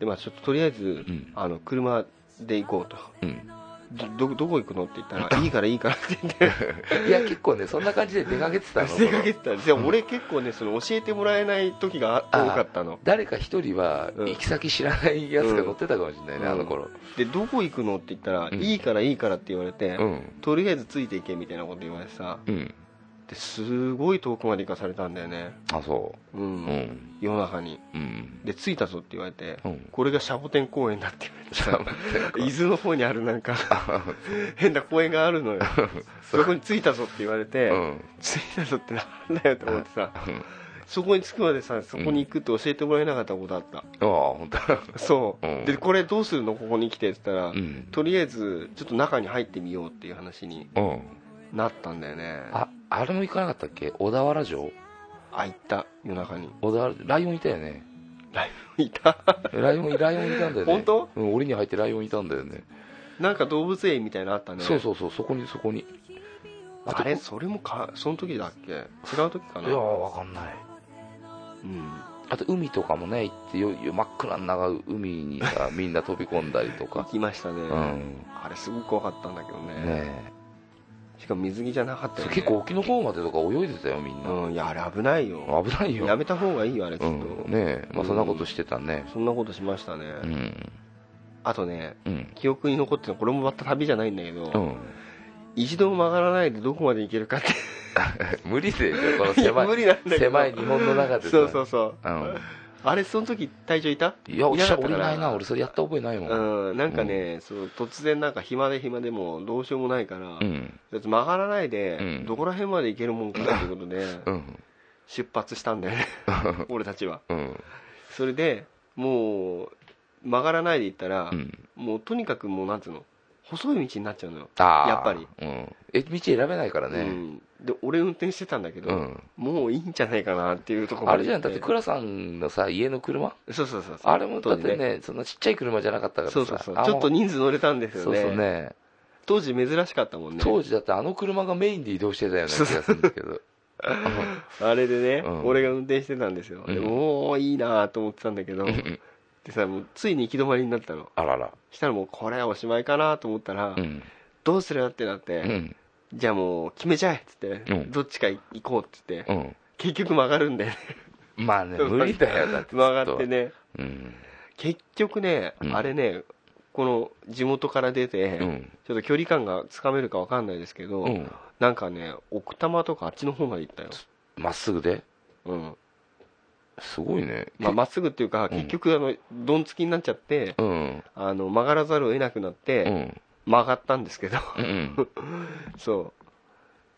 [SPEAKER 3] でまあちょっととりあえず、
[SPEAKER 4] うん
[SPEAKER 3] あの車で行こうと
[SPEAKER 4] うん
[SPEAKER 3] どどどこ行くのって言った ら「いいからいいから」って言って
[SPEAKER 4] いや結構ねそんな感じで出かけて たの
[SPEAKER 3] 出かけてたんですよ俺結構ねその教えてもらえない時が多かったの
[SPEAKER 4] 誰か一人は
[SPEAKER 3] うん
[SPEAKER 4] 行き先知らないやつが乗ってたかもしれないね、
[SPEAKER 3] うん
[SPEAKER 4] あの頃
[SPEAKER 3] でどこ行くのって言ったら「
[SPEAKER 4] うん
[SPEAKER 3] いいからいいから」って言われて、
[SPEAKER 4] うん
[SPEAKER 3] とりあえずついていけみたいなこと言われてさ
[SPEAKER 4] うん
[SPEAKER 3] ですごい遠くまで行かされたんだよね
[SPEAKER 4] あそ
[SPEAKER 3] うん、
[SPEAKER 4] ううん
[SPEAKER 3] 夜中に
[SPEAKER 4] うん
[SPEAKER 3] で着いたぞって言われて、
[SPEAKER 4] うん
[SPEAKER 3] これがシャボテン公園だって言われて
[SPEAKER 4] ちょっと待って
[SPEAKER 3] 伊豆の方にあるなんか変な公園があるの よそこに着いたぞって言われて、
[SPEAKER 4] うん
[SPEAKER 3] 着いたぞってなんだよと思ってさ
[SPEAKER 4] うん
[SPEAKER 3] そこに着くまでさそこに行くって教えてもらえなかったことあった、
[SPEAKER 4] ああ本当だ
[SPEAKER 3] そう、
[SPEAKER 4] うん
[SPEAKER 3] でこれどうするのここに来てって言ったら、
[SPEAKER 4] うん
[SPEAKER 3] とりあえずちょっと中に入ってみようっていう話に
[SPEAKER 4] うん
[SPEAKER 3] なったんだよね
[SPEAKER 4] ああれも行かなかったっけ小田原城
[SPEAKER 3] あ行った夜中に
[SPEAKER 4] 小田原ライオンいたよね
[SPEAKER 3] ライブいた
[SPEAKER 4] ライオンライオンいたん だよね
[SPEAKER 3] 本当
[SPEAKER 4] うん、檻に入ってライオンいたんだよね
[SPEAKER 3] なんか動物園みたいなのあったね
[SPEAKER 4] そうそうそうそこにそこにあと
[SPEAKER 3] あれそれもかその時だっけ違う時か
[SPEAKER 4] い
[SPEAKER 3] な
[SPEAKER 4] やーわかんない
[SPEAKER 3] うん
[SPEAKER 4] あと海とかもね行ってよよ真っ暗な長い海に さみんな飛び込んだりと
[SPEAKER 3] 行
[SPEAKER 4] か
[SPEAKER 3] きましたね、
[SPEAKER 4] うん
[SPEAKER 3] あれすごく怖かったんだけどね
[SPEAKER 4] ねえ
[SPEAKER 3] しかも水着じゃなかった
[SPEAKER 4] そ
[SPEAKER 3] よ、
[SPEAKER 4] う
[SPEAKER 3] ね、
[SPEAKER 4] 結構沖の方までとか泳いでたよみんな、
[SPEAKER 3] うんいやあれ危ないよ
[SPEAKER 4] 危ないよ
[SPEAKER 3] やめた方がいいよあれち
[SPEAKER 4] う
[SPEAKER 3] ょっ
[SPEAKER 4] ん
[SPEAKER 3] と、
[SPEAKER 4] ねえまあそんなことしてたね
[SPEAKER 3] そんなことしましたね、
[SPEAKER 4] うん
[SPEAKER 3] あとね
[SPEAKER 4] うん
[SPEAKER 3] 記憶に残ってるのこれもまた旅じゃないんだけど、
[SPEAKER 4] うん
[SPEAKER 3] 一度も曲がらないでどこまで行けるかっ て
[SPEAKER 4] 無理でし ょこの狭い
[SPEAKER 3] 無理なんだけど
[SPEAKER 4] 狭い日本の中でさ
[SPEAKER 3] そうそうそう
[SPEAKER 4] うん
[SPEAKER 3] あれその時隊長いた
[SPEAKER 4] いや、俺
[SPEAKER 3] なかった
[SPEAKER 4] 俺
[SPEAKER 3] か
[SPEAKER 4] い
[SPEAKER 3] ら
[SPEAKER 4] ないな、俺それやった覚えないもん。うん。
[SPEAKER 3] うんなんかね、そう突然なんか暇で暇でもうどうしようもないから、
[SPEAKER 4] うん。
[SPEAKER 3] だって曲がらないで、
[SPEAKER 4] うん
[SPEAKER 3] どこら辺まで行けるもんかなっていうことで、
[SPEAKER 4] うん。
[SPEAKER 3] 出発したんだ よね俺たちは
[SPEAKER 4] うん。
[SPEAKER 3] それでもう曲がらないで行ったら、
[SPEAKER 4] うん。
[SPEAKER 3] もうとにかくもうなんつうの細い道になっちゃうのよ、
[SPEAKER 4] ああ。
[SPEAKER 3] やっぱり。
[SPEAKER 4] うん。え、道選べないから
[SPEAKER 3] う
[SPEAKER 4] ね。
[SPEAKER 3] んで俺運転してたんだけど、
[SPEAKER 4] うん。
[SPEAKER 3] もういいんじゃないかなっていうところ
[SPEAKER 4] あれじゃん、だって倉さんのさ、家の車
[SPEAKER 3] そうそうそうそう
[SPEAKER 4] あれもだ
[SPEAKER 3] 当
[SPEAKER 4] って
[SPEAKER 3] 時
[SPEAKER 4] ね、そんなちっちゃい車じゃなかったからさ。
[SPEAKER 3] そうそうそう
[SPEAKER 4] あ
[SPEAKER 3] ちょっと人数乗れたんですよ
[SPEAKER 4] そう
[SPEAKER 3] ね
[SPEAKER 4] そうね。
[SPEAKER 3] 当時珍しかったもんね
[SPEAKER 4] 当時だってあの車がメインで移動してたような気がするんだけど。
[SPEAKER 3] あれでね、
[SPEAKER 4] うん
[SPEAKER 3] 俺が運転してたんですよ、で
[SPEAKER 4] うん
[SPEAKER 3] もういいなと思ってたんだけど、
[SPEAKER 4] うん
[SPEAKER 3] でさもうついに行き止まりになったの
[SPEAKER 4] あらら。
[SPEAKER 3] したらもうこれはおしまいかなと思ったら、
[SPEAKER 4] うん。
[SPEAKER 3] どうするってなっ
[SPEAKER 4] う
[SPEAKER 3] て、
[SPEAKER 4] ん。
[SPEAKER 3] じゃあもう決めちゃえっつって、
[SPEAKER 4] うん
[SPEAKER 3] どっちか行こうっつって、
[SPEAKER 4] うん。
[SPEAKER 3] 結局曲がるんだよね
[SPEAKER 4] まあね、無理だよ、だって。
[SPEAKER 3] 曲がって。ね
[SPEAKER 4] うん。
[SPEAKER 3] 結局ね、
[SPEAKER 4] うん
[SPEAKER 3] あれねこの地元から出て、
[SPEAKER 4] うん。
[SPEAKER 3] ちょっと距離感がつかめるかわかんないですけど、
[SPEAKER 4] うん。
[SPEAKER 3] なんかね奥多摩とかあっちの方まで行ったよ、
[SPEAKER 4] まっすぐで
[SPEAKER 3] うん
[SPEAKER 4] すごいね。
[SPEAKER 3] まあ、まっすぐっていうか、
[SPEAKER 4] ん
[SPEAKER 3] 結局あのどんつきになっちゃって、
[SPEAKER 4] うん。
[SPEAKER 3] あの曲がらざるを得なくなっ
[SPEAKER 4] う
[SPEAKER 3] て、
[SPEAKER 4] ん。
[SPEAKER 3] 曲がったんですけど、
[SPEAKER 4] うん。
[SPEAKER 3] そう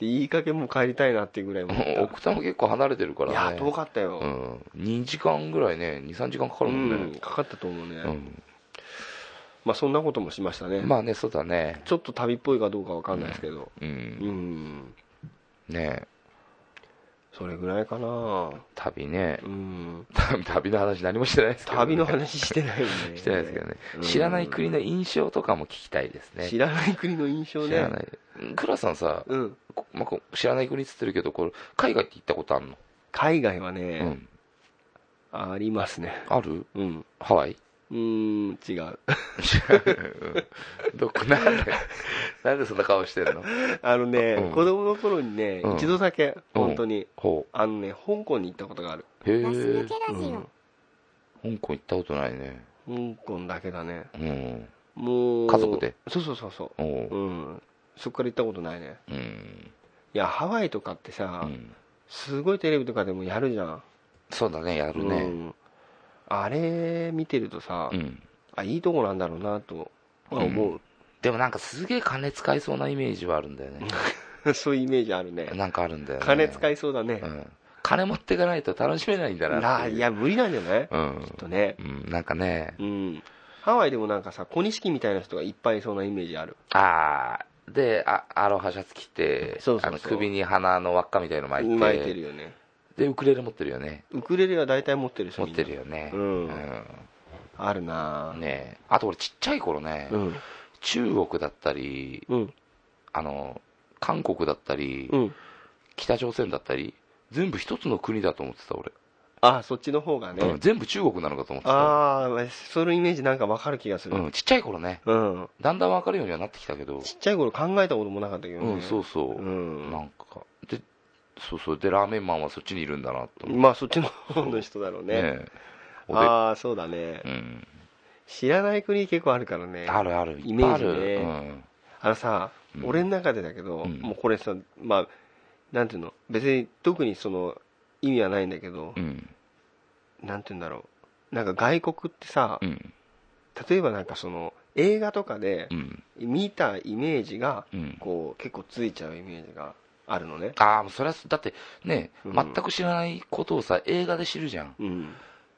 [SPEAKER 3] でいい加減もう帰りたいなっていうぐらいも
[SPEAKER 4] うん奥多摩結構離れてるか
[SPEAKER 3] い
[SPEAKER 4] ら
[SPEAKER 3] や
[SPEAKER 4] ね
[SPEAKER 3] 遠かったよ、
[SPEAKER 4] うん、2時間ぐらいね23時間かかるもん
[SPEAKER 3] うん
[SPEAKER 4] ね、
[SPEAKER 3] かかったと思うね、
[SPEAKER 4] うん
[SPEAKER 3] まあそんなこともしましたね、
[SPEAKER 4] まあねそうだね
[SPEAKER 3] ちょっと旅っぽいかどうかわかんないですけど
[SPEAKER 4] う
[SPEAKER 3] うんん
[SPEAKER 4] ね
[SPEAKER 3] それぐらいかな
[SPEAKER 4] 旅ね
[SPEAKER 3] う、ん
[SPEAKER 4] 旅の話何もしてないですけど、ね、
[SPEAKER 3] 旅の話してないよね
[SPEAKER 4] してないですけどね、
[SPEAKER 3] うん
[SPEAKER 4] 知らない国の印象とかも聞きたいですね。
[SPEAKER 3] 知らない国の印象ね
[SPEAKER 4] 知らない。倉さんさ、
[SPEAKER 3] うん
[SPEAKER 4] こまあこ知らない国っつってるけど、これ、海外って行ったことあるの、
[SPEAKER 3] 海外は
[SPEAKER 4] う
[SPEAKER 3] ね、
[SPEAKER 4] ん。
[SPEAKER 3] ありますね
[SPEAKER 4] ある
[SPEAKER 3] うん
[SPEAKER 4] ハワイ
[SPEAKER 3] うーん違う
[SPEAKER 4] うんどこ、なんで、なんでそんな顔してんの
[SPEAKER 3] あのね、
[SPEAKER 4] うん
[SPEAKER 3] 子供の頃にね、
[SPEAKER 4] うん
[SPEAKER 3] 一度だけ本当に、
[SPEAKER 4] ほ
[SPEAKER 3] あのね香港に行ったことがある、
[SPEAKER 4] う。へえ。
[SPEAKER 5] ガス抜け
[SPEAKER 4] 香
[SPEAKER 5] ラジオ、
[SPEAKER 4] 港行ったことないね。
[SPEAKER 3] 香港だけだね
[SPEAKER 4] うん。
[SPEAKER 3] もう
[SPEAKER 4] 家族で
[SPEAKER 3] そうそうそうそ
[SPEAKER 4] お
[SPEAKER 3] う
[SPEAKER 4] う
[SPEAKER 3] うんそっから行ったことないね
[SPEAKER 4] うん。
[SPEAKER 3] いやハワイとかってさ、
[SPEAKER 4] うん
[SPEAKER 3] すごいテレビとかでもやるじゃん、
[SPEAKER 4] そうだね、やる
[SPEAKER 3] う
[SPEAKER 4] ね。
[SPEAKER 3] んあれ見てるとさ、
[SPEAKER 4] うん。
[SPEAKER 3] あいいとこなんだろうなとは思
[SPEAKER 4] でもなんかすげえ金使いそうなイメージはあるんだよね。
[SPEAKER 3] う、 そういうイメージあるね
[SPEAKER 4] なんかあるんだよね。
[SPEAKER 3] 金使いそうだね
[SPEAKER 4] う、ん。金持っていかないと楽しめないんだなっ
[SPEAKER 3] な
[SPEAKER 4] ていう。
[SPEAKER 3] いや無理なんじゃない、
[SPEAKER 4] うん
[SPEAKER 3] きっ。とね
[SPEAKER 4] うん、なんかね、
[SPEAKER 3] うんハワイでもなんかさ小錦みたいな人がいっぱいいそうなイメージある
[SPEAKER 4] ああ、で、あアロハシャツ着て、
[SPEAKER 3] そうそうそう
[SPEAKER 4] あの首に鼻の輪っかみたいの巻いて、
[SPEAKER 3] 巻いてるよね
[SPEAKER 4] で、ウクレレ持ってるよね。
[SPEAKER 3] ウクレレは大体持ってるし
[SPEAKER 4] 持ってるよね。
[SPEAKER 3] うん
[SPEAKER 4] う
[SPEAKER 3] あるなぁ
[SPEAKER 4] んねえあと俺ちっちゃい頃ね、
[SPEAKER 3] うん
[SPEAKER 4] 中国だったり、
[SPEAKER 3] うん
[SPEAKER 4] あの、韓国だったり、
[SPEAKER 3] うん
[SPEAKER 4] 北朝鮮だったり、全部一つの国だと思ってた俺。
[SPEAKER 3] あそっちの方がね、
[SPEAKER 4] うん、全部中国なのかと思ってた。
[SPEAKER 3] ああそのイメージなんかわかる気がする
[SPEAKER 4] うん、ちっちゃい頃ね、
[SPEAKER 3] うん、
[SPEAKER 4] だんだん分かるようにはなってきたけど、
[SPEAKER 3] ちっちゃい頃考えたこともなかったけどね
[SPEAKER 4] うん、そうそう、
[SPEAKER 3] うん
[SPEAKER 4] なんか、で、そうそう、で、ラーメンマンはそっちにいるんだなと思っ
[SPEAKER 3] まあそっちの方の人だろう
[SPEAKER 4] て、
[SPEAKER 3] ね
[SPEAKER 4] ねえおで
[SPEAKER 3] ああそうだね、
[SPEAKER 4] うん、
[SPEAKER 3] 知らない国結構あるからね
[SPEAKER 4] あるある、
[SPEAKER 3] イメージね
[SPEAKER 4] いっぱいある
[SPEAKER 3] あのさ、
[SPEAKER 4] うん
[SPEAKER 3] 俺の中でだけど、
[SPEAKER 4] うん
[SPEAKER 3] もうこれさまあなんていうの別に特にその意味はないんだけど
[SPEAKER 4] う、ん、
[SPEAKER 3] なんていうんだろうなんか外国ってさ、
[SPEAKER 4] うん、
[SPEAKER 3] 例えばなんかその映画とかで
[SPEAKER 4] うん、
[SPEAKER 3] 見たイメージが
[SPEAKER 4] うん、
[SPEAKER 3] こう結構ついちゃうイメージがあるのね
[SPEAKER 4] ああ、もうそれは、だってね、
[SPEAKER 3] うん
[SPEAKER 4] 全く知らないことをさ、映画で知るじゃん、
[SPEAKER 3] うん、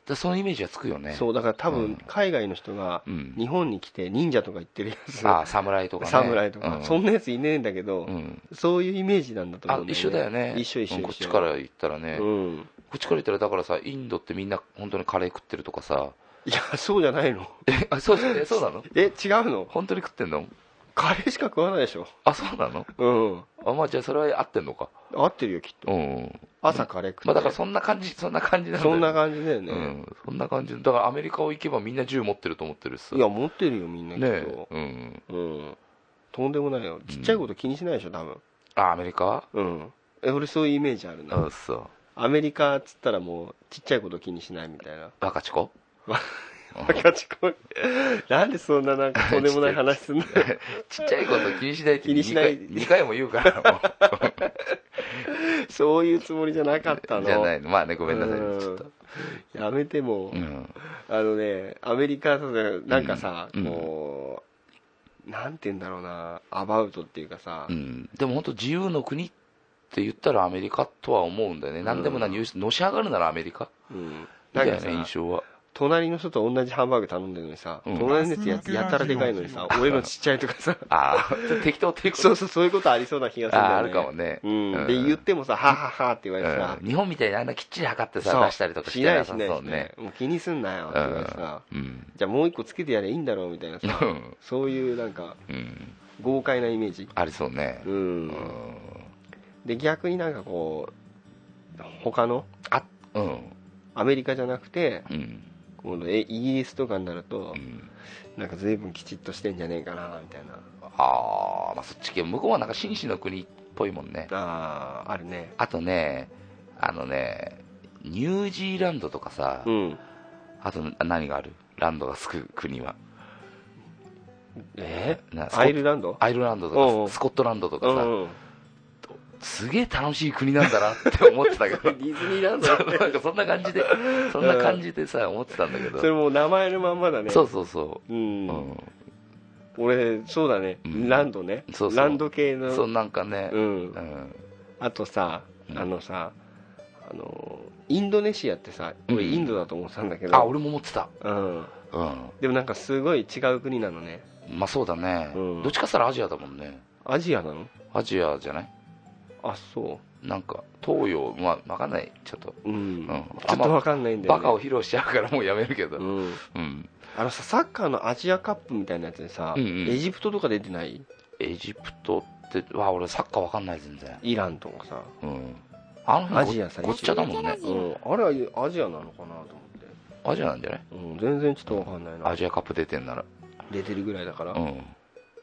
[SPEAKER 4] でそのイメージはつくよね、
[SPEAKER 3] そうだから多
[SPEAKER 4] うん
[SPEAKER 3] 分海外の人が
[SPEAKER 4] うん、
[SPEAKER 3] 日本に来て忍者とか言ってるやつ
[SPEAKER 4] ああ、侍とかね、
[SPEAKER 3] 侍とか、
[SPEAKER 4] うん
[SPEAKER 3] そんなやついねえんだけど、
[SPEAKER 4] うん
[SPEAKER 3] そういうイメージなんだと
[SPEAKER 4] あ
[SPEAKER 3] 思うんだよね
[SPEAKER 4] 一緒だよね、
[SPEAKER 3] 一緒一緒一緒
[SPEAKER 4] うんこっちから言ったらね、
[SPEAKER 3] う
[SPEAKER 4] こ
[SPEAKER 3] ん
[SPEAKER 4] っちから言ったら、だからさ、インドってみんな本当にカレー食ってるとかさ、
[SPEAKER 3] いやそうじゃないの
[SPEAKER 4] え、あそうえそうなの
[SPEAKER 3] え違うの
[SPEAKER 4] 本当に食ってんの
[SPEAKER 3] カレーしか食わないでしょ
[SPEAKER 4] あ、そうなの
[SPEAKER 3] うん
[SPEAKER 4] あ、まあじゃあそれは合ってんのか。
[SPEAKER 3] 合ってるよきっと
[SPEAKER 4] うん。
[SPEAKER 3] 朝カレー食って、
[SPEAKER 4] まあだからそんな感じ、そんな感じなんだよ
[SPEAKER 3] そん
[SPEAKER 4] ね
[SPEAKER 3] な感じだよね、
[SPEAKER 4] うん。そんな感じ。だからアメリカを行けばみんな銃持ってると思ってるしさ。
[SPEAKER 3] いや持ってるよみんなき
[SPEAKER 4] ね
[SPEAKER 3] っ
[SPEAKER 4] え
[SPEAKER 3] と、。
[SPEAKER 4] うん。
[SPEAKER 3] うんとんでもないよちっちゃいこと気にしないでしょ多分
[SPEAKER 4] あ、アメリカ
[SPEAKER 3] うんえ俺そういうイメージあるな、
[SPEAKER 4] うん、そう。
[SPEAKER 3] アメリカっつったらもうちっちゃいこと気にしないみたいな
[SPEAKER 4] バカチコ
[SPEAKER 3] バカチコなんでそんななんかとんでもない話すんだよ
[SPEAKER 4] ちっちゃいこと気にしないって
[SPEAKER 3] 気にしない
[SPEAKER 4] 2回も言 うからも
[SPEAKER 3] そういうつもりじゃなかった
[SPEAKER 4] う。
[SPEAKER 3] の
[SPEAKER 4] じゃないの。まあね、ごめんなさい。
[SPEAKER 3] うん
[SPEAKER 4] ちょっと。
[SPEAKER 3] やめてもう、
[SPEAKER 4] うん。
[SPEAKER 3] あのねアメリカとかなんかさ、
[SPEAKER 4] うん
[SPEAKER 3] こう、なんて言うんだろうなアバウトっていうかさ、
[SPEAKER 4] うん。でも本当自由の国って言ったらアメリカとは思うんだよね。何でもな、のし上がるならアメリカ。
[SPEAKER 3] うん
[SPEAKER 4] み
[SPEAKER 3] な
[SPEAKER 4] た
[SPEAKER 3] ん
[SPEAKER 4] い
[SPEAKER 3] か
[SPEAKER 4] な
[SPEAKER 3] さ
[SPEAKER 4] 印象は。
[SPEAKER 3] 隣の人と同じハンバーグ頼んでるのにさ、
[SPEAKER 4] うん
[SPEAKER 3] 隣の人やつやたらでかいのにさ俺のちっちゃいとかさ
[SPEAKER 4] ああ、適当っていうこと
[SPEAKER 3] そうそうそういうことありそうな気がするんだ
[SPEAKER 4] あー
[SPEAKER 3] よ
[SPEAKER 4] あ
[SPEAKER 3] ね
[SPEAKER 4] るかもね。
[SPEAKER 3] うん
[SPEAKER 4] うん
[SPEAKER 3] で言ってもさ「ははは」って言われてさ
[SPEAKER 4] う、ん日本みたいにあんなきっちり測ってさ
[SPEAKER 3] そう
[SPEAKER 4] 出したりとか
[SPEAKER 3] し
[SPEAKER 4] して
[SPEAKER 3] ない
[SPEAKER 4] な
[SPEAKER 3] し
[SPEAKER 4] さ
[SPEAKER 3] ない
[SPEAKER 4] そう
[SPEAKER 3] しない
[SPEAKER 4] ね
[SPEAKER 3] もう気にすんなよって言われてさ、
[SPEAKER 4] うん
[SPEAKER 3] じゃあもう一個つけてやればいいんだろうみたいなさ、
[SPEAKER 4] うん
[SPEAKER 3] そういうなんか
[SPEAKER 4] うん
[SPEAKER 3] 豪快なイメージ
[SPEAKER 4] ありそうね
[SPEAKER 3] うん、で逆になんかこう他の
[SPEAKER 4] あうん
[SPEAKER 3] アメリカじゃなくて
[SPEAKER 4] うん
[SPEAKER 3] 今度えイギリスとかになると
[SPEAKER 4] うん
[SPEAKER 3] なんか随分きちっとしてんじゃねえかなみたいな
[SPEAKER 4] ああまあそっち系向こうはなんか紳士の国っぽいもんね
[SPEAKER 3] あーあるね
[SPEAKER 4] あとねあのねニュージーランドとかさ、
[SPEAKER 3] うん
[SPEAKER 4] あと何があるランドがつく国は
[SPEAKER 3] え
[SPEAKER 4] なスコ
[SPEAKER 3] アイルランド
[SPEAKER 4] アイルランド
[SPEAKER 3] うん
[SPEAKER 4] と
[SPEAKER 3] うん
[SPEAKER 4] かスコットランドとか
[SPEAKER 3] う
[SPEAKER 4] さ、
[SPEAKER 3] んうん
[SPEAKER 4] すげえ楽しい国なんだなって思ってたけ
[SPEAKER 3] デ
[SPEAKER 4] ど
[SPEAKER 3] ィズニーランドだって
[SPEAKER 4] なんかそんな感じでそんな感じでさ思ってたんだけど
[SPEAKER 3] それもう名前のまんまだね
[SPEAKER 4] そうそうそうう、
[SPEAKER 3] ん、
[SPEAKER 4] う
[SPEAKER 3] 俺そうだね、
[SPEAKER 4] うん
[SPEAKER 3] ランドね
[SPEAKER 4] そうそう
[SPEAKER 3] ランド系の
[SPEAKER 4] ん、そうなんかね、
[SPEAKER 3] う
[SPEAKER 4] うんん、
[SPEAKER 3] あとさ
[SPEAKER 4] うん
[SPEAKER 3] あのさあのインドネシアってさ俺
[SPEAKER 4] うん
[SPEAKER 3] インドだと思ってたんだけど、
[SPEAKER 4] あ俺も思ってた、
[SPEAKER 3] うん、
[SPEAKER 4] うん、
[SPEAKER 3] でもなんかすごい違う国なのね
[SPEAKER 4] まあそうだね、
[SPEAKER 3] うん
[SPEAKER 4] どっちかしたらアジアだもんね、
[SPEAKER 3] アジアなの
[SPEAKER 4] アジアじゃない
[SPEAKER 3] あそ
[SPEAKER 4] なんか東洋まあわかんないちょっと
[SPEAKER 3] うん
[SPEAKER 4] ん
[SPEAKER 3] ちょっとわかんないんだよ、
[SPEAKER 4] バ
[SPEAKER 3] ね、
[SPEAKER 4] カを披露しちゃうからもうやめるけど、うん
[SPEAKER 3] うん、あのさサッカーのアジアカップみたいなやつでさ、
[SPEAKER 4] うんうん
[SPEAKER 3] エジプトとか出てない
[SPEAKER 4] エジプトってわ俺サッカーわかんない全然、
[SPEAKER 3] イランとかさ、
[SPEAKER 4] うん、あの
[SPEAKER 3] ア
[SPEAKER 4] 辺
[SPEAKER 3] ジ
[SPEAKER 4] ご
[SPEAKER 3] ア最
[SPEAKER 4] ごっちゃだもんね
[SPEAKER 3] うん、あれはアジアなのかなと思って、
[SPEAKER 4] アジアなんじゃない
[SPEAKER 3] うん、全然ちょっとわかんないな
[SPEAKER 4] アジアカップ出てんなら
[SPEAKER 3] 出てるぐらいだから
[SPEAKER 4] うん、
[SPEAKER 3] うん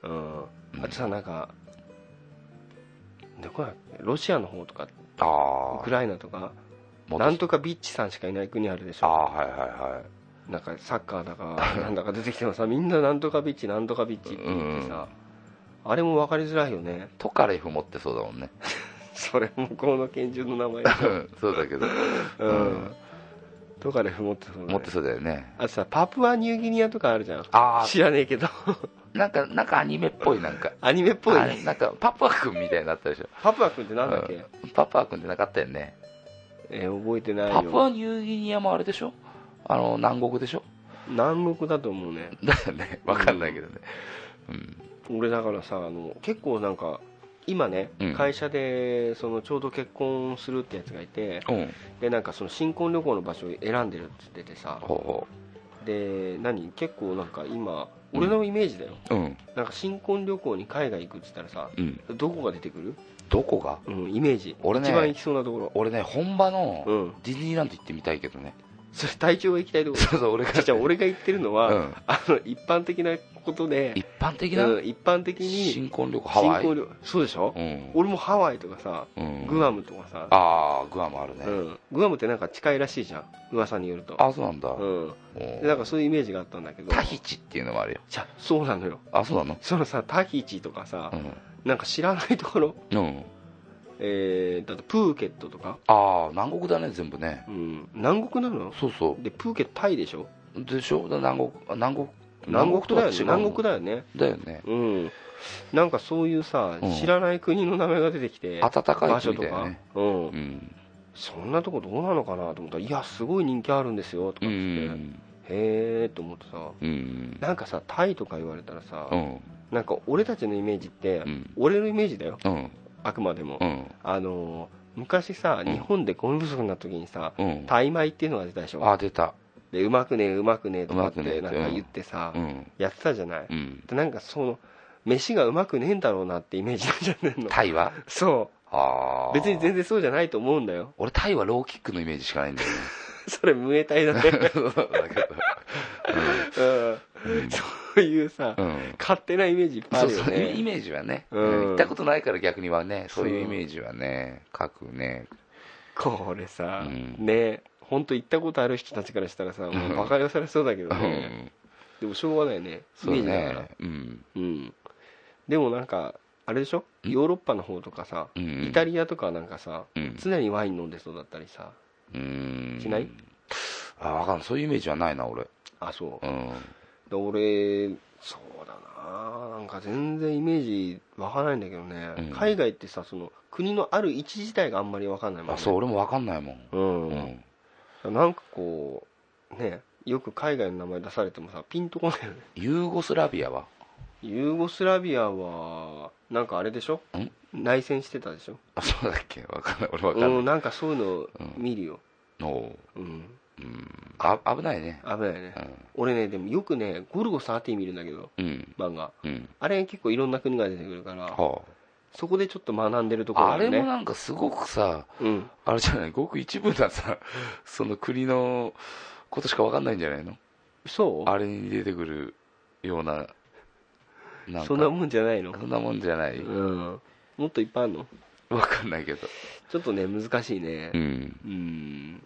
[SPEAKER 4] うん
[SPEAKER 3] あとさなんかどこだっけロシアの方とか
[SPEAKER 4] あ
[SPEAKER 3] ウク
[SPEAKER 4] ー
[SPEAKER 3] ライナとか
[SPEAKER 4] 元
[SPEAKER 3] なんとかビッチさんしかいない国あるでし
[SPEAKER 4] あー
[SPEAKER 3] ょ
[SPEAKER 4] はいはいはい
[SPEAKER 3] なんかサッカーだかなんだか出てきてもさみんななんとかビッチなんとかビッチって言ってさ、あれも分かりづらいよね
[SPEAKER 4] トカレフ持ってそうだもんね
[SPEAKER 3] それ向こうの拳銃の名前でしょ
[SPEAKER 4] そうだけど
[SPEAKER 3] うん、
[SPEAKER 4] うん
[SPEAKER 3] とかで持ってそうだね
[SPEAKER 4] 持ってそうだよね
[SPEAKER 3] あとさパプアニューギニアとかあるじゃん
[SPEAKER 4] あ
[SPEAKER 3] 知らねえけど
[SPEAKER 4] あなんかなんかアニメっぽいなんか
[SPEAKER 3] アニメっぽい
[SPEAKER 4] あれなんかパパ君みたいになったでしょ
[SPEAKER 3] パプア君ってなんだっけ、
[SPEAKER 4] パパ君ってなかったよね
[SPEAKER 3] えー覚えてない
[SPEAKER 4] パ
[SPEAKER 3] よ
[SPEAKER 4] プアニューギニアもあれでしょあの南国でしょ
[SPEAKER 3] 南国だと思うね
[SPEAKER 4] だよねわかんないけどねうん
[SPEAKER 3] 俺だからさあの結構なんか今ね、
[SPEAKER 4] うん
[SPEAKER 3] 会社でそのちょうど結婚するってやつがいて
[SPEAKER 4] うん
[SPEAKER 3] でなんかその新婚旅行の場所を選んでるって言っててさ
[SPEAKER 4] ほうほ
[SPEAKER 3] で何結構なんか今俺のイメージだよ、
[SPEAKER 4] ううん
[SPEAKER 3] なんか新婚旅行に海外行くって言ったらさ
[SPEAKER 4] うん
[SPEAKER 3] どこが出てくる、
[SPEAKER 4] どこが
[SPEAKER 3] うん、イメージ
[SPEAKER 4] 俺ね
[SPEAKER 3] 一番行きそうなところ
[SPEAKER 4] 俺ね本場の
[SPEAKER 3] うん
[SPEAKER 4] ディズニーランド行ってみたいけどね
[SPEAKER 3] それ隊長が行きたいとこ
[SPEAKER 4] そうそう俺が
[SPEAKER 3] ろじゃあ俺が言ってるのは、
[SPEAKER 4] うん
[SPEAKER 3] あの一般的なことで
[SPEAKER 4] 一般的な
[SPEAKER 3] うん、一般的に
[SPEAKER 4] 新婚旅行ハワ
[SPEAKER 3] 新婚
[SPEAKER 4] イ
[SPEAKER 3] 旅そうでしょ、
[SPEAKER 4] うん
[SPEAKER 3] 俺もハワイとかさ
[SPEAKER 4] うん
[SPEAKER 3] グアムとかさ、
[SPEAKER 4] ああグアムあるね
[SPEAKER 3] うん、グアムってなんか近いらしいじゃん噂によると
[SPEAKER 4] あそうなんだ
[SPEAKER 3] うん
[SPEAKER 4] お
[SPEAKER 3] でなんかそういうイメージがあったんだけど
[SPEAKER 4] タヒチっていうのもあるよ
[SPEAKER 3] じゃそうなのよ
[SPEAKER 4] あそうなの
[SPEAKER 3] そのさタヒチとかさ、
[SPEAKER 4] う
[SPEAKER 3] なんか知らないところ
[SPEAKER 4] ん、うん、
[SPEAKER 3] えー、だとプーケットとか、
[SPEAKER 4] ああ南国だね全部ね
[SPEAKER 3] うん、南国なの
[SPEAKER 4] そうそ
[SPEAKER 3] でプーケットタイでしょ
[SPEAKER 4] うでしょだ南国あ南国
[SPEAKER 3] 南国だよね
[SPEAKER 4] 違う
[SPEAKER 3] 南国
[SPEAKER 4] だ
[SPEAKER 3] だよね
[SPEAKER 4] だよね
[SPEAKER 3] うんなんかそういうさ、
[SPEAKER 4] うん
[SPEAKER 3] 知らない国の名前が出てきて
[SPEAKER 4] 暖かい
[SPEAKER 3] 場所
[SPEAKER 4] 国
[SPEAKER 3] と
[SPEAKER 4] だよ
[SPEAKER 3] か
[SPEAKER 4] ね、
[SPEAKER 3] うん
[SPEAKER 4] う、ん
[SPEAKER 3] そんなとこどうなのかなと思ったらいやすごい人気あるんですよとか
[SPEAKER 4] う
[SPEAKER 3] っつって、
[SPEAKER 4] ん
[SPEAKER 3] へえと思ってさ
[SPEAKER 4] うん
[SPEAKER 3] なんかさタイとか言われたらさ、
[SPEAKER 4] うん
[SPEAKER 3] なんか俺たちのイメージって、
[SPEAKER 4] うん
[SPEAKER 3] 俺のイメージだよ
[SPEAKER 4] うん
[SPEAKER 3] あくまでも、
[SPEAKER 4] うん
[SPEAKER 3] あのー昔さ
[SPEAKER 4] うん
[SPEAKER 3] 日本でゴミ不足になった時にさ、
[SPEAKER 4] うん
[SPEAKER 3] タイ米っていうのが出たでしょ
[SPEAKER 4] あ出た
[SPEAKER 3] でうまくねえうまくねえとかっ
[SPEAKER 4] うまくねえ
[SPEAKER 3] てなんか言ってさ、
[SPEAKER 4] うん
[SPEAKER 3] やってたじゃない、
[SPEAKER 4] うん
[SPEAKER 3] でなんかその飯がうまくねえんだろうなってイメージなんじゃねえの
[SPEAKER 4] タイは
[SPEAKER 3] そ
[SPEAKER 4] ああ
[SPEAKER 3] う別に全然そうじゃないと思うんだよ
[SPEAKER 4] 俺タイはローキックのイメージしかないんだよね
[SPEAKER 3] それ無栄体だね、
[SPEAKER 4] そうだけど
[SPEAKER 3] うん、そういうさ、
[SPEAKER 4] うん
[SPEAKER 3] 勝手なイメージいっぱいあ
[SPEAKER 4] そう
[SPEAKER 3] るよ
[SPEAKER 4] そうイ
[SPEAKER 3] ね
[SPEAKER 4] メージはね、
[SPEAKER 3] うん
[SPEAKER 4] 行ったことないから逆にはねそういう
[SPEAKER 3] そ
[SPEAKER 4] イ
[SPEAKER 3] う
[SPEAKER 4] メージはね書くね
[SPEAKER 3] これさ、
[SPEAKER 4] うん
[SPEAKER 3] ね本当行ったことある人たちからしたらさもうバカにされそうだけど
[SPEAKER 4] う
[SPEAKER 3] ね、
[SPEAKER 4] ん
[SPEAKER 3] でもしょうがないねイ
[SPEAKER 4] そ
[SPEAKER 3] メー
[SPEAKER 4] う
[SPEAKER 3] ジだから
[SPEAKER 4] ねうん
[SPEAKER 3] うんでもなんかあれでしょ
[SPEAKER 4] うん
[SPEAKER 3] ヨーロッパの方とかさ、
[SPEAKER 4] うん
[SPEAKER 3] イタリアとかなんかさ、
[SPEAKER 4] うん
[SPEAKER 3] 常にワイン飲んでそうだったりさ
[SPEAKER 4] うん
[SPEAKER 3] しない
[SPEAKER 4] あ分かんないそういうイメージはないな俺
[SPEAKER 3] あそう
[SPEAKER 4] うん
[SPEAKER 3] で俺そうだななんか全然イメージわかんないんだけどね、
[SPEAKER 4] うん
[SPEAKER 3] 海外ってさその国のある位置自体があんまりわかんないもん、
[SPEAKER 4] あ
[SPEAKER 3] ね、
[SPEAKER 4] そう俺も分かんないもん
[SPEAKER 3] うん、
[SPEAKER 4] うん
[SPEAKER 3] なんかこうねよく海外の名前出されてもさピンとこないよね
[SPEAKER 4] ユーゴスラビアは
[SPEAKER 3] ユーゴスラビアはなんかあれでしょ
[SPEAKER 4] ん
[SPEAKER 3] 内戦してたでしょ
[SPEAKER 4] あそうだっけ分かんない俺分か
[SPEAKER 3] うんん
[SPEAKER 4] ない
[SPEAKER 3] なんかそういうの見るよ、
[SPEAKER 4] の
[SPEAKER 3] うん、
[SPEAKER 4] うんあ危ないね
[SPEAKER 3] 危ないね
[SPEAKER 4] うん
[SPEAKER 3] 俺ねでもよくね「ゴルゴ13」見るんだけど
[SPEAKER 4] うん
[SPEAKER 3] 漫画
[SPEAKER 4] うん
[SPEAKER 3] あれ結構いろんな国が出てくるから
[SPEAKER 4] は
[SPEAKER 3] そこでちょっと学んでるところ
[SPEAKER 4] ああ
[SPEAKER 3] ある
[SPEAKER 4] れ
[SPEAKER 3] ね
[SPEAKER 4] もなんかすごくさ
[SPEAKER 3] うん
[SPEAKER 4] あれじゃないごく一部なさその国のことしか分かんないんじゃないの
[SPEAKER 3] そう
[SPEAKER 4] あれに出てくるような、なんか
[SPEAKER 3] そんなもんじゃないの
[SPEAKER 4] そんなもんじゃない、
[SPEAKER 3] うんもっといっぱいあるの
[SPEAKER 4] わかんないけど、
[SPEAKER 3] ちょっとね難しいね
[SPEAKER 4] うん、
[SPEAKER 3] うん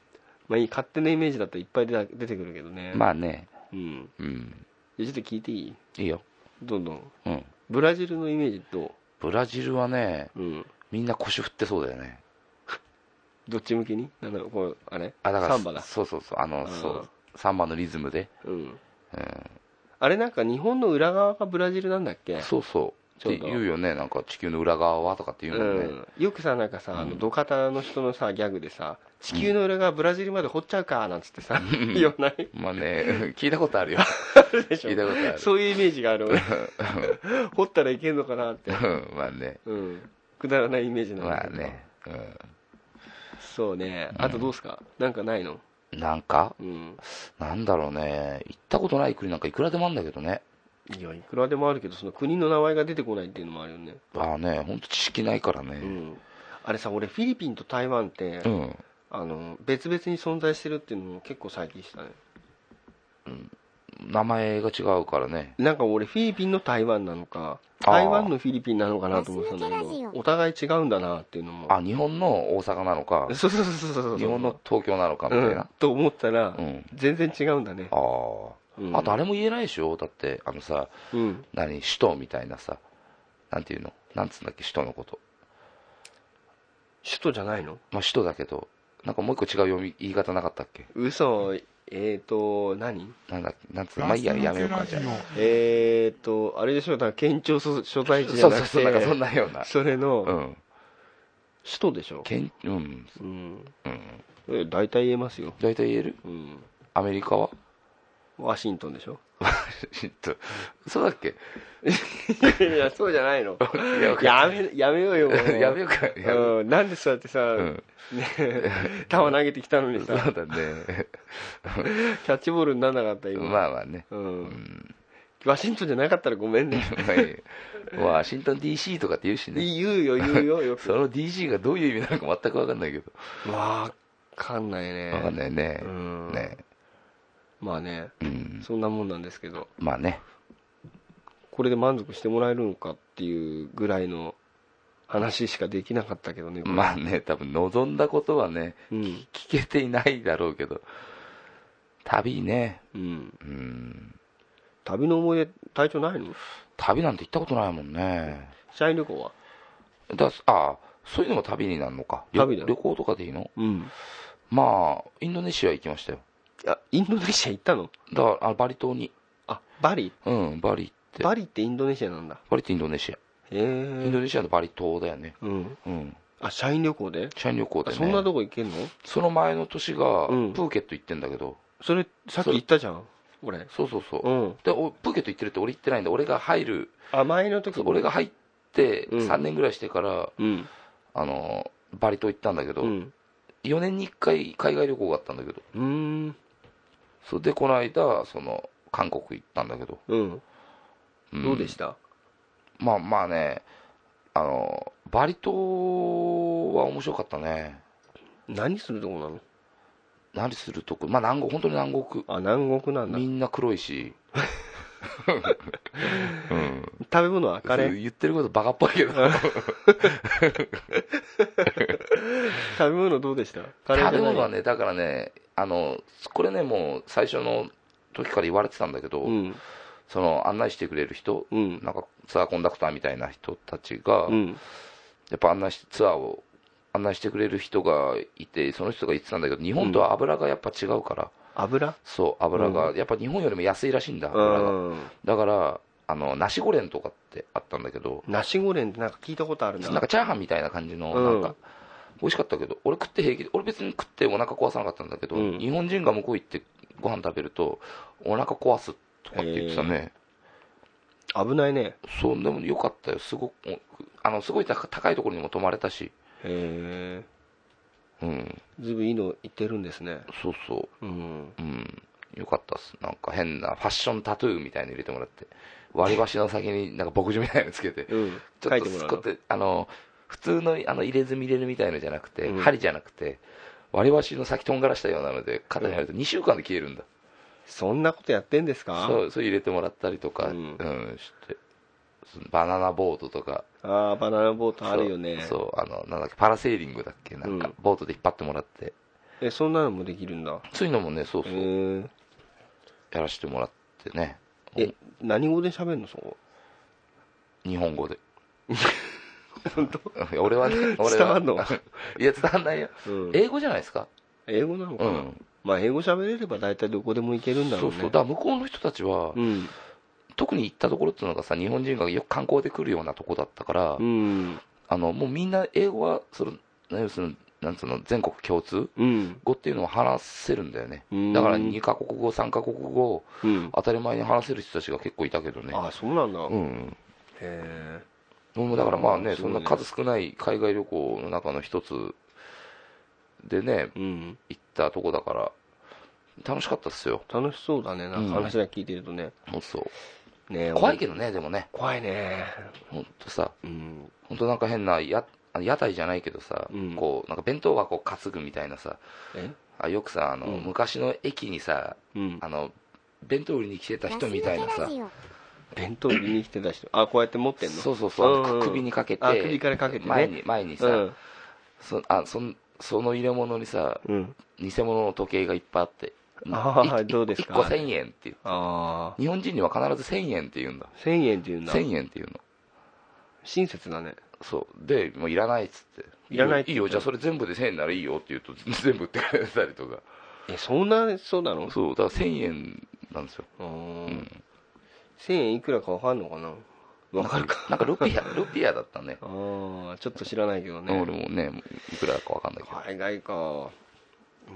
[SPEAKER 3] まあいい勝手なイメージだといっぱい出た出てくるけどね
[SPEAKER 4] まあね、
[SPEAKER 3] うん
[SPEAKER 4] うん、
[SPEAKER 3] じゃあちょっと聞いていい
[SPEAKER 4] いいよ、
[SPEAKER 3] どんどん
[SPEAKER 4] うん、
[SPEAKER 3] ブラジルのイメージと、
[SPEAKER 4] ブラジルはね、
[SPEAKER 3] うん、
[SPEAKER 4] みんな腰振ってそうだよね、
[SPEAKER 3] どっち向きになんだろうこうあれ
[SPEAKER 4] あだから
[SPEAKER 3] サンバだ
[SPEAKER 4] そうそうそう、あの、
[SPEAKER 3] うん
[SPEAKER 4] そう、サンバのリズムで、
[SPEAKER 3] うん
[SPEAKER 4] うん、
[SPEAKER 3] あれなんか日本の裏側がブラジルなんだっけ
[SPEAKER 4] そうそう、って言うよね、なんか地球の裏側はとかって言うのね、
[SPEAKER 3] うん、よくさなんかさ、あの土方の人のさギャグでさ地球の裏側ブラジルまで掘っちゃうかなんつってさ、 言わない
[SPEAKER 4] まあね、 聞いたことあるよ、
[SPEAKER 3] でしょ
[SPEAKER 4] 聞いたことある
[SPEAKER 3] そういうイメージがあ る 俺掘ったらいけんのかなって、
[SPEAKER 4] うんまあね、
[SPEAKER 3] うん、くだらないイメージなんだ
[SPEAKER 4] まあ
[SPEAKER 3] けど
[SPEAKER 4] ね、
[SPEAKER 3] そうねあとどうすか、なんかないの
[SPEAKER 4] うん、なんか、
[SPEAKER 3] うん
[SPEAKER 4] なんだろうね、行ったことない国なんかいくらでもあるんだけどね、
[SPEAKER 3] いやいくらでもあるけどその国の名前が出てこないっていうのもあるよね、
[SPEAKER 4] ああね、本当知識ないから
[SPEAKER 3] う
[SPEAKER 4] ね、
[SPEAKER 3] ん、あれさ俺フィリピンと台湾って、
[SPEAKER 4] うん、
[SPEAKER 3] あの別々に存在してるっていうのも結構最近したね
[SPEAKER 4] 名前が違うからね、
[SPEAKER 3] なんか俺フィリピンの台湾なのか
[SPEAKER 4] あー
[SPEAKER 3] 台湾のフィリピンなのかなと思ってたんだけどお互い違うんだなっていうのも
[SPEAKER 4] あ日本の大阪なのか、
[SPEAKER 3] そうそうそうそうそうそう
[SPEAKER 4] 日本の東京なのかみ
[SPEAKER 3] う
[SPEAKER 4] たい
[SPEAKER 3] ん
[SPEAKER 4] な、、
[SPEAKER 3] と思ったら、
[SPEAKER 4] うん
[SPEAKER 3] 全然違うんだね
[SPEAKER 4] あー
[SPEAKER 3] うん
[SPEAKER 4] あとあれも言えないでしょ、だって、あのさ、
[SPEAKER 3] うん
[SPEAKER 4] 何、首都みたいなさ、なんていうの、なんつうんだっけ、首都のこと、
[SPEAKER 3] 首都じゃないの
[SPEAKER 4] まあ、首都だけど、なんかもう一個違う読み言い方なかったっけ、
[SPEAKER 3] 嘘えっ、ー、と何
[SPEAKER 4] なんだっけ、なんつうの、ま
[SPEAKER 1] ガ
[SPEAKER 4] あいい
[SPEAKER 1] ス
[SPEAKER 4] や、や
[SPEAKER 1] 抜
[SPEAKER 4] めよ
[SPEAKER 1] け
[SPEAKER 4] うか、
[SPEAKER 1] ラ
[SPEAKER 4] じ
[SPEAKER 1] ジ
[SPEAKER 4] ゃあ。
[SPEAKER 1] オ
[SPEAKER 3] えっ、ー、とあれでしょだから県庁所所在地じ
[SPEAKER 4] そ
[SPEAKER 3] ゃ
[SPEAKER 4] う
[SPEAKER 3] な
[SPEAKER 4] そう
[SPEAKER 3] く
[SPEAKER 4] そう、なんか
[SPEAKER 3] て
[SPEAKER 4] そんなような。
[SPEAKER 3] それの
[SPEAKER 4] うん。
[SPEAKER 3] 首都でしょ、
[SPEAKER 4] けんうん。
[SPEAKER 3] うん
[SPEAKER 4] うん。
[SPEAKER 3] え大体言えますよ、
[SPEAKER 4] 大体言える
[SPEAKER 3] うん、
[SPEAKER 4] アメリカは
[SPEAKER 3] ワシントンでしょ
[SPEAKER 4] えっと嘘だっけ
[SPEAKER 3] いやそうじゃないの
[SPEAKER 4] いやわかんな い
[SPEAKER 3] やめやめようよもう
[SPEAKER 4] やめようか。やめよ
[SPEAKER 3] うん、なんでそうやってさ、
[SPEAKER 4] うう
[SPEAKER 3] ね
[SPEAKER 4] ん。
[SPEAKER 3] え球投げてきたのに
[SPEAKER 4] そ
[SPEAKER 3] さ
[SPEAKER 4] うだね。
[SPEAKER 3] キャッチボールにならなかった今、
[SPEAKER 4] まあまあね。
[SPEAKER 3] うん
[SPEAKER 4] うん。
[SPEAKER 3] ワシントンじゃなかったらごめんね
[SPEAKER 4] はいワシントン DC とかって言うしね。
[SPEAKER 3] 言うよ言うよよく
[SPEAKER 4] その DC がどういう意味なのか全くわかんないけど。
[SPEAKER 3] わかんないね
[SPEAKER 4] わかんないね
[SPEAKER 3] う。ん
[SPEAKER 4] ね。
[SPEAKER 3] まあね
[SPEAKER 4] うん。
[SPEAKER 3] そんなもんなんですけど
[SPEAKER 4] まあね。
[SPEAKER 3] これで満足してもらえるのかっていうぐらいの話しかできなかったけどねこれ
[SPEAKER 4] まあね、多分望んだことはね、
[SPEAKER 3] うん
[SPEAKER 4] 聞けていないだろうけど。旅ね。
[SPEAKER 3] うん
[SPEAKER 4] うん。
[SPEAKER 3] 旅の思い出体調ないの
[SPEAKER 4] 旅なんて行ったことないもんね。
[SPEAKER 3] 社員旅行は
[SPEAKER 4] だあそういうのも旅になるのか旅
[SPEAKER 3] 旅だ
[SPEAKER 4] 旅
[SPEAKER 3] よ
[SPEAKER 4] 行とかでいいの
[SPEAKER 3] うん
[SPEAKER 4] まあインドネシア行きましたよ
[SPEAKER 3] あインドネシア行ったの
[SPEAKER 4] だからあバリ島に
[SPEAKER 3] あバリ
[SPEAKER 4] うんバリってバ
[SPEAKER 3] バリってインドネシアなんだ
[SPEAKER 4] リってインドネシ
[SPEAKER 3] へ
[SPEAKER 4] アインド
[SPEAKER 3] え
[SPEAKER 4] ネシアのバリ島だよね
[SPEAKER 3] うん
[SPEAKER 4] うん
[SPEAKER 3] あ社員旅行で
[SPEAKER 4] 社員旅行で
[SPEAKER 3] あ
[SPEAKER 4] ね
[SPEAKER 3] そんなとこ行けんの
[SPEAKER 4] その前の年がプ
[SPEAKER 3] うん
[SPEAKER 4] ーケット行ってんだけど、
[SPEAKER 3] それさっき言ったじゃん俺
[SPEAKER 4] そうそうそう、
[SPEAKER 3] うん
[SPEAKER 4] でおプーケット行ってるって俺行ってないんだ俺が入る、
[SPEAKER 3] あ前の時
[SPEAKER 4] そう俺が入って
[SPEAKER 3] うん
[SPEAKER 4] 3年ぐらいしてから、
[SPEAKER 3] うん
[SPEAKER 4] あのバリ島行ったんだけど、
[SPEAKER 3] うん
[SPEAKER 4] 4年に1回海外旅行があったんだけど
[SPEAKER 3] うーん
[SPEAKER 4] それでこの間その韓国行ったんだけど、
[SPEAKER 3] うん
[SPEAKER 4] ん
[SPEAKER 3] どうでした
[SPEAKER 4] まあまあね、あの、バリ島は面白かったね。
[SPEAKER 3] 何するとこなの
[SPEAKER 4] 何するとこ、まあ南国、本当に南国。
[SPEAKER 3] あ南国なんだ
[SPEAKER 4] み
[SPEAKER 3] 食
[SPEAKER 4] んな黒いし。うん。
[SPEAKER 3] べ物はカレ
[SPEAKER 4] そう
[SPEAKER 3] ー
[SPEAKER 4] 言ってることバカっぽいけど。
[SPEAKER 3] 食べ物どうでしたカレー
[SPEAKER 4] 食
[SPEAKER 3] じゃ
[SPEAKER 4] べ
[SPEAKER 3] ない
[SPEAKER 4] 物はね、だからね、あの、これね、もう最初の時から言われてたんだけど、
[SPEAKER 3] うん
[SPEAKER 4] その案内してくれる人、
[SPEAKER 3] うん
[SPEAKER 4] なんかツアーコンダクターみたいな人たちが、
[SPEAKER 3] うん
[SPEAKER 4] やっぱ案内しツアーを案内してくれる人がいて、その人が言ってたんだけど、日本とは油がやっぱ違うから、
[SPEAKER 3] 油
[SPEAKER 4] そう、油が、やっぱ日本よりも安いらしいんだ、
[SPEAKER 3] う
[SPEAKER 4] 油が。
[SPEAKER 3] ん
[SPEAKER 4] だから、あの、ナシゴレンとかってあったんだけど、
[SPEAKER 3] ナシゴレンってなんか聞いたことあるな
[SPEAKER 4] なんかチャーハンみたいな感じの、
[SPEAKER 3] う
[SPEAKER 4] なん
[SPEAKER 3] ん
[SPEAKER 4] か、美味しかったけど、俺食って平気で、俺別に食ってお腹壊さなかったんだけど、
[SPEAKER 3] うん
[SPEAKER 4] 日本人が向こう行ってご飯食べると、お腹壊すとかって言ってたね。
[SPEAKER 3] 危ないね
[SPEAKER 4] そう、でもよかったよ、すごく、あの、すごい高高いところにも泊まれたし、
[SPEAKER 3] へえ
[SPEAKER 4] うん、
[SPEAKER 3] ずいぶんいいの言ってるんですね
[SPEAKER 4] そうそう。
[SPEAKER 3] うん
[SPEAKER 4] うん、よかったっす。なんか変なファッションタトゥーみたいの入れてもらって、割り箸の先になんか牧場みたいのつけて、
[SPEAKER 3] うん
[SPEAKER 4] ちょ
[SPEAKER 3] 書
[SPEAKER 4] っ
[SPEAKER 3] い
[SPEAKER 4] と
[SPEAKER 3] ても
[SPEAKER 4] す
[SPEAKER 3] ら
[SPEAKER 4] こ
[SPEAKER 3] う
[SPEAKER 4] って、あの、普通のあの入れ墨入れるみたいのじゃなくて、
[SPEAKER 3] うん
[SPEAKER 4] 針じゃなくて、割り箸の先とんがらしたようなので、肩にあると2週間で消えるんだ。
[SPEAKER 3] そんなことやってんですか
[SPEAKER 4] そう、そう入れてもらったりとか、
[SPEAKER 3] う
[SPEAKER 4] うんん、して。バナナボートとか、
[SPEAKER 3] ああバナナボートあるよね
[SPEAKER 4] そうそう、あの、なんだっけ、パラセーリングだっけ、なん
[SPEAKER 3] う
[SPEAKER 4] か
[SPEAKER 3] ん、
[SPEAKER 4] ボートで引っ張ってもらって、
[SPEAKER 3] えそんなのもできるんだ
[SPEAKER 4] そういうのもね、そう
[SPEAKER 3] へ
[SPEAKER 4] そう、
[SPEAKER 3] え
[SPEAKER 4] やらせてもらってね、
[SPEAKER 3] え何語で喋るのそこ
[SPEAKER 4] 日本語で。
[SPEAKER 3] 本当
[SPEAKER 4] いや俺 はね、俺は
[SPEAKER 3] 伝わんの
[SPEAKER 4] いや、伝わんないよ。
[SPEAKER 3] うん
[SPEAKER 4] 英語じゃないですか。
[SPEAKER 3] 英語なのか
[SPEAKER 4] う。
[SPEAKER 3] なんまあ英語喋れれば大体どこでも行けるんだ
[SPEAKER 4] そ
[SPEAKER 3] ろう
[SPEAKER 4] う
[SPEAKER 3] ね
[SPEAKER 4] そう。だから向こうの人たちは、
[SPEAKER 3] うん
[SPEAKER 4] 特に行ったところっていうのがさ、日本人がよく観光で来るようなとこだったから、
[SPEAKER 3] うん
[SPEAKER 4] あの、もうみんな英語は、その、何をする、なんつうの、全国共通
[SPEAKER 3] うん
[SPEAKER 4] 語っていうのを話せるんだよね
[SPEAKER 3] う。ん
[SPEAKER 4] だから2カ国語、3カ国語、
[SPEAKER 3] うん
[SPEAKER 4] 当たり前に話せる人たちが結構いたけどね。
[SPEAKER 3] あそうなんだ
[SPEAKER 4] うん。
[SPEAKER 3] へえ
[SPEAKER 4] もうだからまあね、
[SPEAKER 3] す
[SPEAKER 4] そ
[SPEAKER 3] ごい
[SPEAKER 4] ん
[SPEAKER 3] ね
[SPEAKER 4] な数少ない海外旅行の中の一つでね、
[SPEAKER 3] うん、
[SPEAKER 4] 行ったとこだから、楽しかったっすよ、
[SPEAKER 3] 楽しそうだね、なんか話だけ聞いてるとね。
[SPEAKER 4] 本当そう
[SPEAKER 3] ね
[SPEAKER 4] 怖いけどね、でもね、
[SPEAKER 3] 怖いね。
[SPEAKER 4] 本当さ、
[SPEAKER 3] うん。
[SPEAKER 4] 本当なんか変なやあの屋台じゃないけどさ、
[SPEAKER 3] うん
[SPEAKER 4] こうなんか弁当箱を担ぐみたいなさ、
[SPEAKER 3] え
[SPEAKER 4] あよくさあの、
[SPEAKER 3] うん
[SPEAKER 4] 昔の駅にさ
[SPEAKER 3] うん。
[SPEAKER 4] あの、弁当売りに来てた人みたいなさ、
[SPEAKER 3] 弁当売りに来てた人。あ、こうやって持ってんの
[SPEAKER 4] そうそうそう、あの
[SPEAKER 3] うん
[SPEAKER 4] 首にかけて、
[SPEAKER 3] あ首からかけてね
[SPEAKER 4] 前に前にさ、
[SPEAKER 3] うん。
[SPEAKER 4] そあそんその入れ物にさ、
[SPEAKER 3] うん。
[SPEAKER 4] 偽物の時計がいっぱいあって、
[SPEAKER 3] あー
[SPEAKER 4] い
[SPEAKER 3] どうですか
[SPEAKER 4] 1個1000円っていう、
[SPEAKER 3] あ
[SPEAKER 4] 日本人には必ず1000円って言うんだ、
[SPEAKER 3] あ。1000円っていうんだ。
[SPEAKER 4] 1000円っていうの、
[SPEAKER 3] 親切だね。
[SPEAKER 4] そう、で、もういらないっつって、
[SPEAKER 3] いらないっ
[SPEAKER 4] い
[SPEAKER 3] つって
[SPEAKER 4] よいいよ、じゃあそれ全部で1000円ならいいよって言うと、全部売ってくれたりとか、
[SPEAKER 3] え、そんな、そうなの
[SPEAKER 4] そう、だから1000円なんですよ、
[SPEAKER 3] う。
[SPEAKER 4] うんん、
[SPEAKER 3] 1000円いくらかわかんのかなわかるか。
[SPEAKER 4] なんか ルピア、ルピアだったね、
[SPEAKER 3] ああ、ちょっと知らないけどね。
[SPEAKER 4] 俺もね、いくらかわかんないけど、
[SPEAKER 3] 海外か。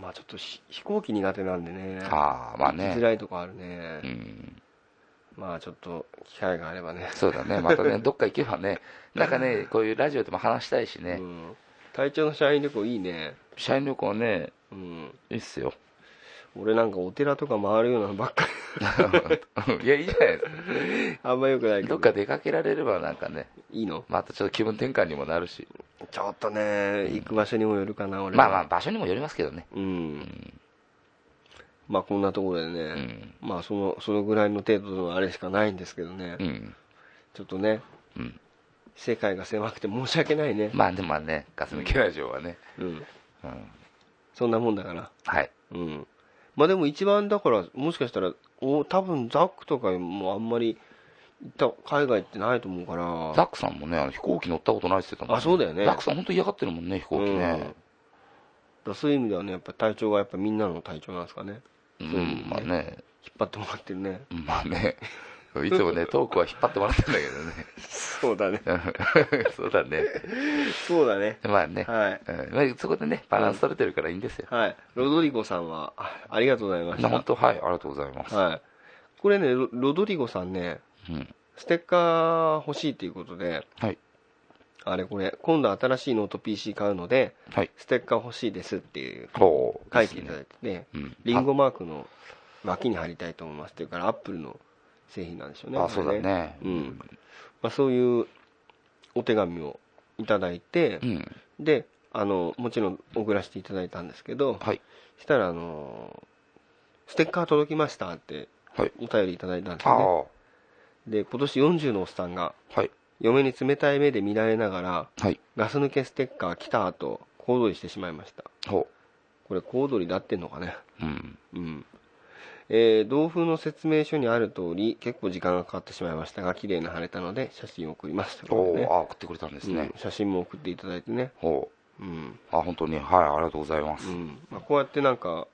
[SPEAKER 3] まあちょっとひ飛行機苦手なんでね。
[SPEAKER 4] ああ、まあ
[SPEAKER 3] 行きづ
[SPEAKER 4] ね、
[SPEAKER 3] らいとこあるね。
[SPEAKER 4] うん。
[SPEAKER 3] まあちょっと、機会があればね。
[SPEAKER 4] そうだね、また ね、どっか行けばね、なんかね、こういうラジオでも話したいしね
[SPEAKER 3] う、ん。体調の社員旅行いいね。
[SPEAKER 4] 社員旅行ね、
[SPEAKER 3] うん。
[SPEAKER 4] いいっすよ。
[SPEAKER 3] 俺なんかお寺とか回るようなのばっか
[SPEAKER 4] いや、いいじゃないですか。
[SPEAKER 3] り。 あんまよくないけど。
[SPEAKER 4] どっか出かけられれば、なんかね、
[SPEAKER 3] いいの
[SPEAKER 4] またちょっと気分転換にもなるし、
[SPEAKER 3] ちょっとね、行く場所にもよるかな、俺
[SPEAKER 4] ま
[SPEAKER 3] は
[SPEAKER 4] あまあ、場所にもよりますけどね。
[SPEAKER 3] う。
[SPEAKER 4] うんん。
[SPEAKER 3] まあこんなところで
[SPEAKER 4] う
[SPEAKER 3] ね。
[SPEAKER 4] ん。
[SPEAKER 3] まあその、そのぐらいの程度のあれしかないんですけどね。
[SPEAKER 4] うん。
[SPEAKER 3] ちょっとね、
[SPEAKER 4] うん
[SPEAKER 3] 世界が狭くて申し訳ないね。
[SPEAKER 4] まあ、でもね、ガス抜けラジオはね、
[SPEAKER 3] うん。
[SPEAKER 4] うん。
[SPEAKER 3] そんなもんだから。
[SPEAKER 4] はい。
[SPEAKER 3] うん。まあでも一番だから、もしかしたら、お多分ザックとかもあんまり行った海外ってないと思うから。
[SPEAKER 4] ザックさんもね、あの飛行機乗ったことないっすよ、
[SPEAKER 3] あそうだよね
[SPEAKER 4] ザックさん、本当嫌がってるもんね、飛行機
[SPEAKER 3] うん
[SPEAKER 4] ね。
[SPEAKER 3] だそういう意味ではね、やっぱ体調がやっぱみんなの体調なんですかね。
[SPEAKER 4] う
[SPEAKER 3] うん
[SPEAKER 4] ん、まあ
[SPEAKER 3] 引
[SPEAKER 4] ね、
[SPEAKER 3] っ張ってもらってるね。
[SPEAKER 4] まあね、いつ もね、トークは引っ張ってもらってるんだけどね。
[SPEAKER 3] そうだね。
[SPEAKER 4] うんそうだね。
[SPEAKER 3] そうだね。
[SPEAKER 4] まあね。
[SPEAKER 3] はい。
[SPEAKER 4] うんまあ、そこでね、バランス取れてるからいいんですよ。
[SPEAKER 3] はい。ロドリゴさんは、あありがとうございま
[SPEAKER 4] 本
[SPEAKER 3] し
[SPEAKER 4] 当、はい、ありがとうございます。
[SPEAKER 3] た。はい。これね、ロロドリゴさんね、
[SPEAKER 4] うん
[SPEAKER 3] ステッカー欲しいっていうことで、
[SPEAKER 4] はい。
[SPEAKER 3] あれこれ、今度新しいノート PC 買うので、
[SPEAKER 4] はい。
[SPEAKER 3] ステッカー欲しいですっていう、
[SPEAKER 4] おー
[SPEAKER 3] 書いていただいてて、
[SPEAKER 4] うん
[SPEAKER 3] リンゴマークの脇に貼りたいと思いますっていうから、アップルの製品なんでしょうね。
[SPEAKER 4] あ、そうだね。
[SPEAKER 3] うん。まあ、そういうお手紙をいただいて
[SPEAKER 4] う、ん。
[SPEAKER 3] であのもちろん送らせていただいたんですけど
[SPEAKER 4] はい。
[SPEAKER 3] したらあの「ステッカー届きました」って
[SPEAKER 4] はい
[SPEAKER 3] お便りいただいたんです
[SPEAKER 4] あ
[SPEAKER 3] よ
[SPEAKER 4] あ
[SPEAKER 3] ね、で今年40のおっさんが
[SPEAKER 4] はい。
[SPEAKER 3] 嫁に冷たい目で見られながら
[SPEAKER 4] はい。
[SPEAKER 3] ガス抜けステッカー来たと小躍りしてしまいました
[SPEAKER 4] ほ
[SPEAKER 3] これ小躍りだってんのかね
[SPEAKER 4] う。うん。
[SPEAKER 3] うんえー同封の説明書にある通り結構時間がかかってしまいましたが綺麗な晴れたので写真を送りますということ
[SPEAKER 4] お
[SPEAKER 3] で
[SPEAKER 4] ー
[SPEAKER 3] ね
[SPEAKER 4] あ、送ってくれたんですね
[SPEAKER 3] うん。写真も送っていただいてね、
[SPEAKER 4] ほ
[SPEAKER 3] うん
[SPEAKER 4] う。あ、本当に、はい、ありがとうございます
[SPEAKER 3] う。んまあ、こうやってなんか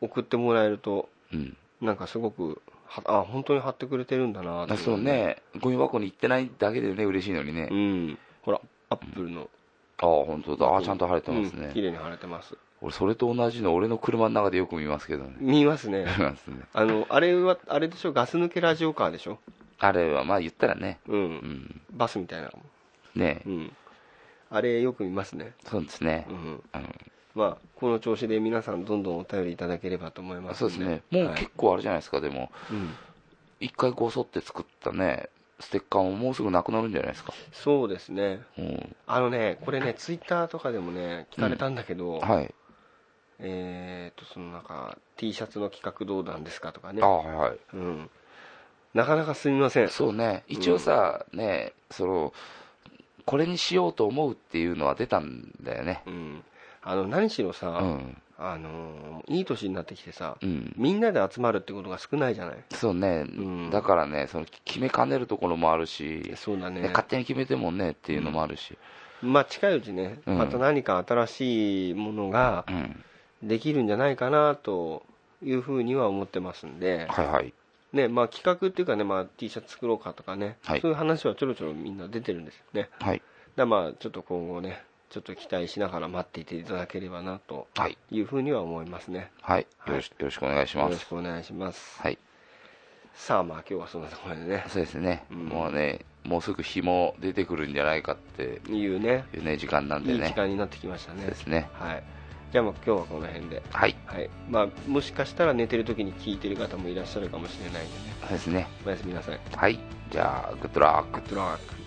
[SPEAKER 3] 送ってもらえると
[SPEAKER 4] うん。
[SPEAKER 3] なんかすごくはあ本当に貼ってくれてるんだなって
[SPEAKER 4] だそうね、ゴミ箱に行ってないだけでね、嬉しいのにね
[SPEAKER 3] う。んほらアップルの
[SPEAKER 4] ああ、本当だ。ああ、ちゃんと晴れてます
[SPEAKER 3] うん綺
[SPEAKER 4] ね。
[SPEAKER 3] 麗に貼れてます
[SPEAKER 4] 俺、それと同じの、俺の車の中でよく見ますけどね。
[SPEAKER 3] 見ますね
[SPEAKER 4] 見ますね。
[SPEAKER 3] あのあれはあれでしょガス抜けラジオカーでしょ
[SPEAKER 4] あれは、まあ言ったらね。
[SPEAKER 3] うん、
[SPEAKER 4] うん。
[SPEAKER 3] バスみたいなの
[SPEAKER 4] ね
[SPEAKER 3] うんあれよく見ますね
[SPEAKER 4] そうですね
[SPEAKER 3] う。ん
[SPEAKER 4] うん
[SPEAKER 3] まあこの調子で皆さんどんどんお便りいただければと思います
[SPEAKER 4] そうですね、もう
[SPEAKER 3] はい
[SPEAKER 4] 結構あれじゃないですか、でも、
[SPEAKER 3] うん
[SPEAKER 4] 一回ごそって作ったね、ステッカーももうすぐなくなるんじゃないですか、
[SPEAKER 3] そうですね
[SPEAKER 4] うん、
[SPEAKER 3] あのねこれねツイッターとかでもね聞かれたんだけど、
[SPEAKER 4] はい、
[SPEAKER 3] えー、とそのなんか T シャツの企画どうなんですかとかね
[SPEAKER 4] あ、はいはい、
[SPEAKER 3] うん、なかなかすみません
[SPEAKER 4] そうね、一応さ、ねその、これにしようと思うっていうのは出たんだよね、
[SPEAKER 3] うん、あの何しろ
[SPEAKER 4] う
[SPEAKER 3] さ、
[SPEAKER 4] ん、
[SPEAKER 3] あのーいい年になってきてさ
[SPEAKER 4] うん、
[SPEAKER 3] みんなで集まるってことが少ないじゃない
[SPEAKER 4] そうね、
[SPEAKER 3] ん
[SPEAKER 4] だからね、その決めかねるところもあるし、
[SPEAKER 3] そうだね
[SPEAKER 4] ね勝手に決めてもねっていうのもあるし、
[SPEAKER 3] まあ近いうちね、
[SPEAKER 4] うん
[SPEAKER 3] また何か新しいものが
[SPEAKER 4] うん、
[SPEAKER 3] できるんじゃないかなというふうには思ってますんで、
[SPEAKER 4] はいはい、
[SPEAKER 3] ねまあ、企画っていうかね、まあ、T シャツ作ろうかとかね、
[SPEAKER 4] はい
[SPEAKER 3] そういう話はちょろちょろみんな出てるんですよね
[SPEAKER 4] はい、
[SPEAKER 3] だまあちょっと今後ねちょっと期待しながら待っていていただければなと
[SPEAKER 4] はい、
[SPEAKER 3] いうふうには思いますね
[SPEAKER 4] はい、よろしよろしくお願いし
[SPEAKER 3] よ
[SPEAKER 4] ま
[SPEAKER 3] ろ
[SPEAKER 4] す
[SPEAKER 3] し。くお願いします
[SPEAKER 4] はい
[SPEAKER 3] さあまあ今日はそんなところでね
[SPEAKER 4] そうですね、
[SPEAKER 3] うん
[SPEAKER 4] もうねもうすぐ日も出てくるんじ ゃないかって
[SPEAKER 3] いうね
[SPEAKER 4] いうね時間なんで
[SPEAKER 3] いい
[SPEAKER 4] ね
[SPEAKER 3] 時間になってきました
[SPEAKER 4] そ
[SPEAKER 3] ね
[SPEAKER 4] うですね
[SPEAKER 3] はいじゃあもう今日はこの辺で
[SPEAKER 4] はい
[SPEAKER 3] はいまあもしかしたら寝てる時に聞いてる方もいらっしゃるかもしれないんでね
[SPEAKER 4] そうですね
[SPEAKER 3] おやすみなさい
[SPEAKER 4] はいじゃあグッドラック
[SPEAKER 3] グッドラック